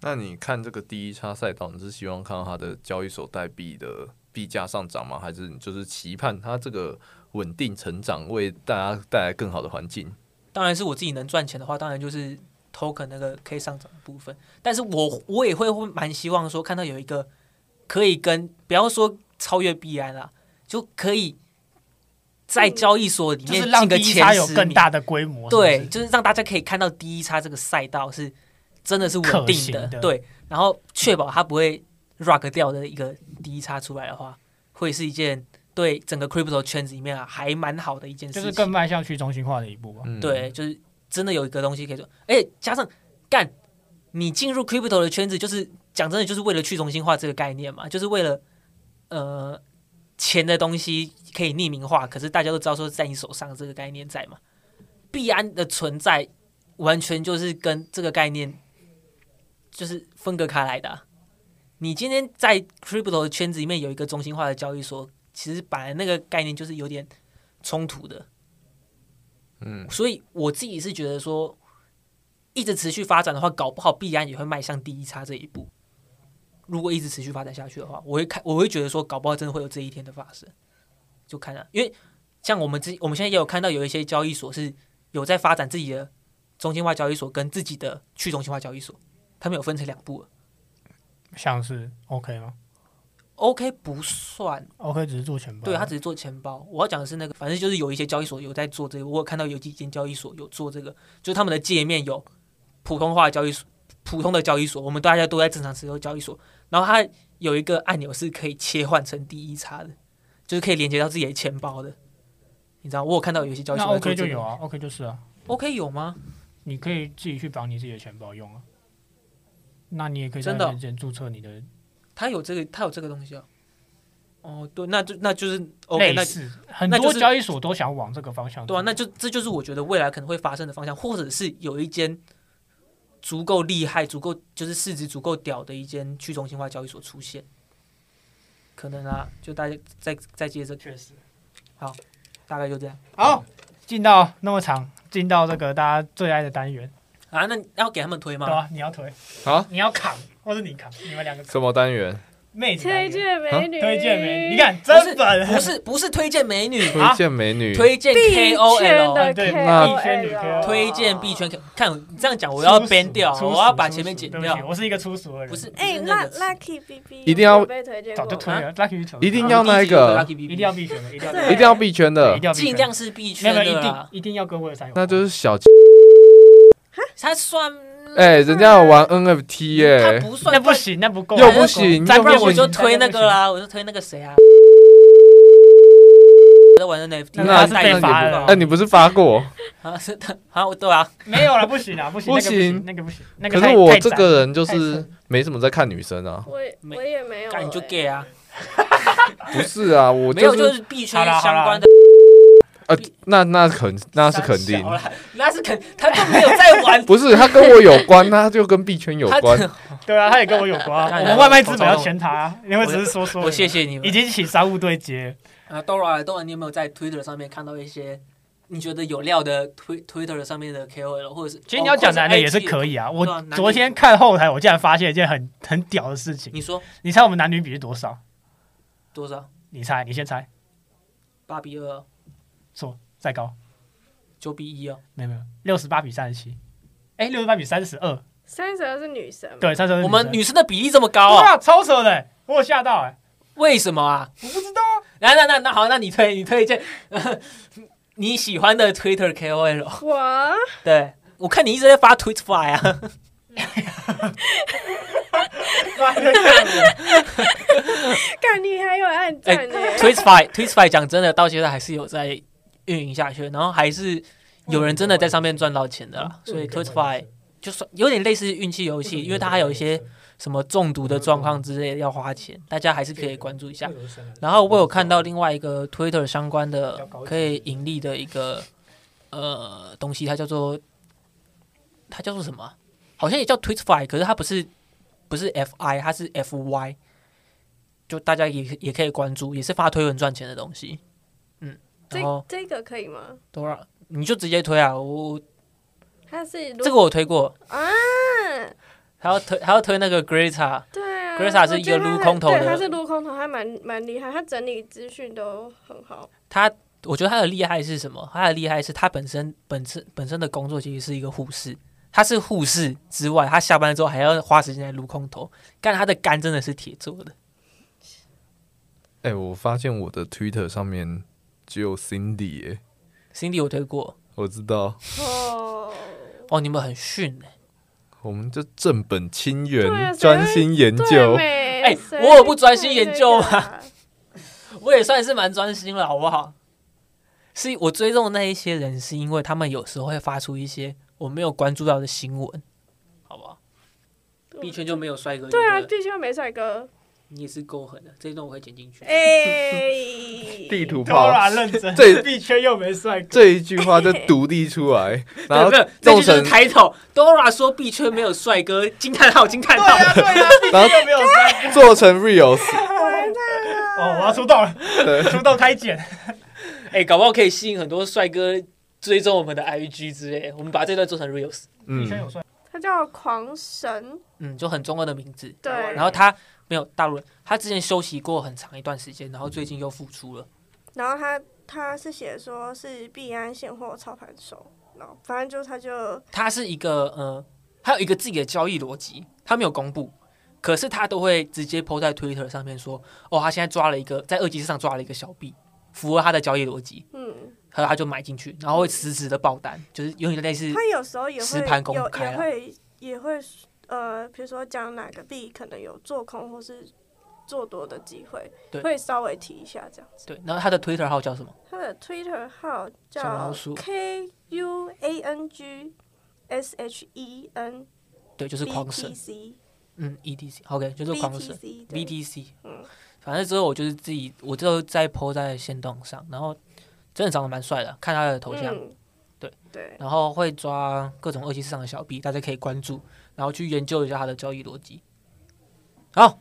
那你看这个第一差赛道，你是希望看到它的交易所代币的币价上涨吗？还是你就是期盼它这个稳定成长，为大家带来更好的环境？当然是我自己能赚钱的话，当然就是 token 那个可以上涨的部分。但是我我也会会蛮希望说，看到有一个可以跟不要说超越币安啦，就可以在交易所里嗯就面是让进个 DEX 前它十有更名大的规模，对，，就是让大家可以看到第一叉这个赛道是真的是稳可定行的，的对，然后确保它不会 rug 掉的一个第一叉出来的话，会是一件对整个 crypto 圈子里面啊，还蛮好的一件事就情。是更迈向去中心化的一步吧。嗯，对，就是真的有一个东西可以做，而且加上干，你进入 crypto 的圈子，就是讲真的，就是为了去中心化这个概念嘛，就是为了呃钱的东西可以匿名化，可是大家都知道说在你手上这个概念在嘛，币安的存在完全就是跟这个概念就是分隔开来的啊、你今天在 crypto 的圈子里面有一个中心化的交易所，其实本来那个概念就是有点冲突的。嗯，所以我自己是觉得说，一直持续发展的话，搞不好必然也会迈向第一差这一步。如果一直持续发展下去的话，我会看，我会觉得说，搞不好真的会有这一天的发生。就看啊，因为像我们之我们现在也有看到有一些交易所是有在发展自己的中心化交易所跟自己的去中心化交易所，他们有分成两步了。像是 OK 吗 OK 不算， ？OK 只是做啊钱包，对他只是做钱包。我要讲的是那个，反正就是有一些交易所有在做这个，我有看到有几间交易所有做这个，就是他们的界面有普通话交易所、普通的交易所，我们大家都在正常使用交易所，然后它有一个按钮是可以切换成第一叉的，就是可以连接到自己的钱包的。你知道，我有看到有一些交易那所在做 OK 这就个有啊，OK 就是啊， ，OK 有吗？你可以自己去绑你自己的钱包用啊。那你也可以在真的哦之前注册你的它有这个，它有这个东西哦。哦，对，那就那就是 OK，类那似，很那就多是交易所都想往这个方向走。对啊，那就这就是我觉得未来可能会发生的方向，或者是有一间足够厉害、足够就是市值足够屌的一间去中心化交易所出现，可能啊，就大家再再接着，确实，大概就这样好，进到那么长，进到这个大家最爱的单元，啊。那你要给他们推对吗？吧？你要推啊，你要扛，或者你扛，你们两个扛什么单元？妹子单推元荐美女，啊推荐没？你， 看真本不是不是推荐美女，推荐美女，推荐币圈 KOL，的对 KOL，币圈女 KOL 哦推荐币圈 K。看你这样讲，我要粗俗 ban 掉，粗俗我要把粗俗前面剪对不起掉。我是一个粗俗的人，不是，哎，不是那那 Lucky B B 一定要被推荐早就过推吗，了，lucky 球一定要那个一啊一定要必选的，一定要一定要币圈的一定，要必选尽量是币没圈有没有的一定啦，一定要跟威尔山有关，那就是小嗯他算哎，人家有玩 NFT 他耶，不啊算那不行，那不够，又又不行，再又不然不我就行，推那个啦，我就推那个谁啊，在玩的 NFT，他那代言那你不罚了哎，你不是发过？啊，是的，啊，我对啊，没有了，不行啊，不行，不那个行那个不行，那个可太是我太这窄个人就太是深没什么在看女 生啊，我也没我也没有，干你就哎 gay 啊，不是啊，我没有就是是币圈好啦好啦相关的，呃，那那肯那是肯定，三，小啦那是肯，他就没有在玩不是他跟我有关，那就跟币圈有他关。对啊，他也跟我有关啊，看我来们外卖资我本要懂前台啊，因为只是说说 而已，我谢谢你已们。经起商务对接，啊，Dora Dora，你有没有在 Twitter 上面看到一些你觉得有料的推 Twitter 上面的 KOL，或者是其实你要讲男的也是以。可以啊，我对啊男的昨天看后台，我竟然发现一件很很屌的事情，你说你猜我们男女比是多少？多少？你猜，你先猜，八比二，错，再高，九比一哦。没有没有，六十八比三十七，哎，六十八比三十二，三十二是女神嘛，对，三十二，我们女生的比例这么高啊？哇，超扯的，我有吓 到哎，为什么啊？我不知道、啊。那那那那好，那你推你推荐 你喜欢的 Twitter KOL。我 对，我看你一直在发 Tweet Fly 啊。 干你还有暗哎、赞呢， t w i t f y t w i t f y 讲真的，到现在还是有在运营下去，然后还是有人真的在上面赚到钱嗯的啦。啊所以 t w i t f y 就算有点类似运气游戏，因为它还有一些什么中毒的状况之类的要花钱，大家还是可以关注一下。然后我有看到另外一个 Twitter 相关的可以盈利的一个呃东西，它叫做它叫做什么啊？好像也叫 Tweetfy，可是它不是不是 FI，它是 FY，就大家也也可以关注，也是发推文赚钱的东西。嗯，然这后这个可以吗？多少你就直接推啊，我我它是这个我推过，啊，还要推还要推那个 Greta，对啊 Greta 是我一个觉得他撸很空投的对，他是撸空头，还蛮蛮厉害，他整理资讯都很好。她我觉得她的厉害是什么？她的厉害是她本身本身本身的工作其实是一个护士。她是护士之外，她下班之后还要花时间来撸空投，但她的肝真的是铁做的。哎，我发现我的 Twitter 上面只有 Cindy 耶， Cindy 我推过，我知道，哦，哦，你们很逊哎、我们就正本清对啊源，谁专心研对究。没？哎谁 我有不专心研究吗看这个啊？我也算是蛮专心了，好不好？是我追踪的那一些人，是因为他们有时候会发出一些我没有关注到的新闻，好不好？币圈就没有帅哥，啊对啊，不必须要没帅哥。 你也是够狠的，这一段我会剪进去。哎、 地突图炮然认真， 这币圈又没帅哥，这一句话就独立 出来，然后没有，这弄就是成 title。Dora 说币圈没有帅哥，惊叹号惊叹对号。呀对呀，币然后圈又没有帅哥。做成 reels，啊 哦，我要出道了，对出道开剪，哎、搞不好可以吸引很多帅哥追踪我们的 IG 之类。我们把这段做成 reels，以前有嗯，帅，他叫狂神，嗯，就很中二的名字。对，然后他没有大陆人，他之前休息过很长一段时间，然后最近又复出了。然后他他是写说是币安现货操盘手，然后反正就他就他是一个呃，他有一个自己的交易逻辑，他没有公布，可是他都会直接 PO 在 Twitter 上面说，哦，他现在抓了一个在二级市场抓了一个小币，符合他的交易逻辑，嗯，然后他就买进去，然后会实时的爆单，就是有点类似他有时候也实会盘公有开啊也会也会呃，比如说讲哪个币可能有做空或是做多的机会对，会稍微提一下这样子。对。然后他的 Twitter 号叫什么？他的 Twitter 号小老叫鼠 K U A N G S H E N 对，就是 B 狂 T 神， C 嗯，ETC，OK，、就是狂 B 神 T。C VTC，嗯反正之后我就是自己，我之后再 PO 在线动上，然后真的长得蛮帅的，看他的头像，嗯对对，然后会抓各种二级市场的小币，大家可以关注，然后去研究一下他的交易逻辑。好，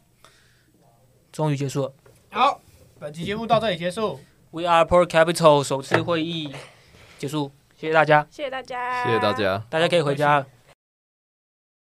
终于结束了嗯好，本期节目到这里结束， ，We Are Pro Capital 首次会议结束，谢谢大家，谢谢大家，谢谢大。家。大家可以回家了。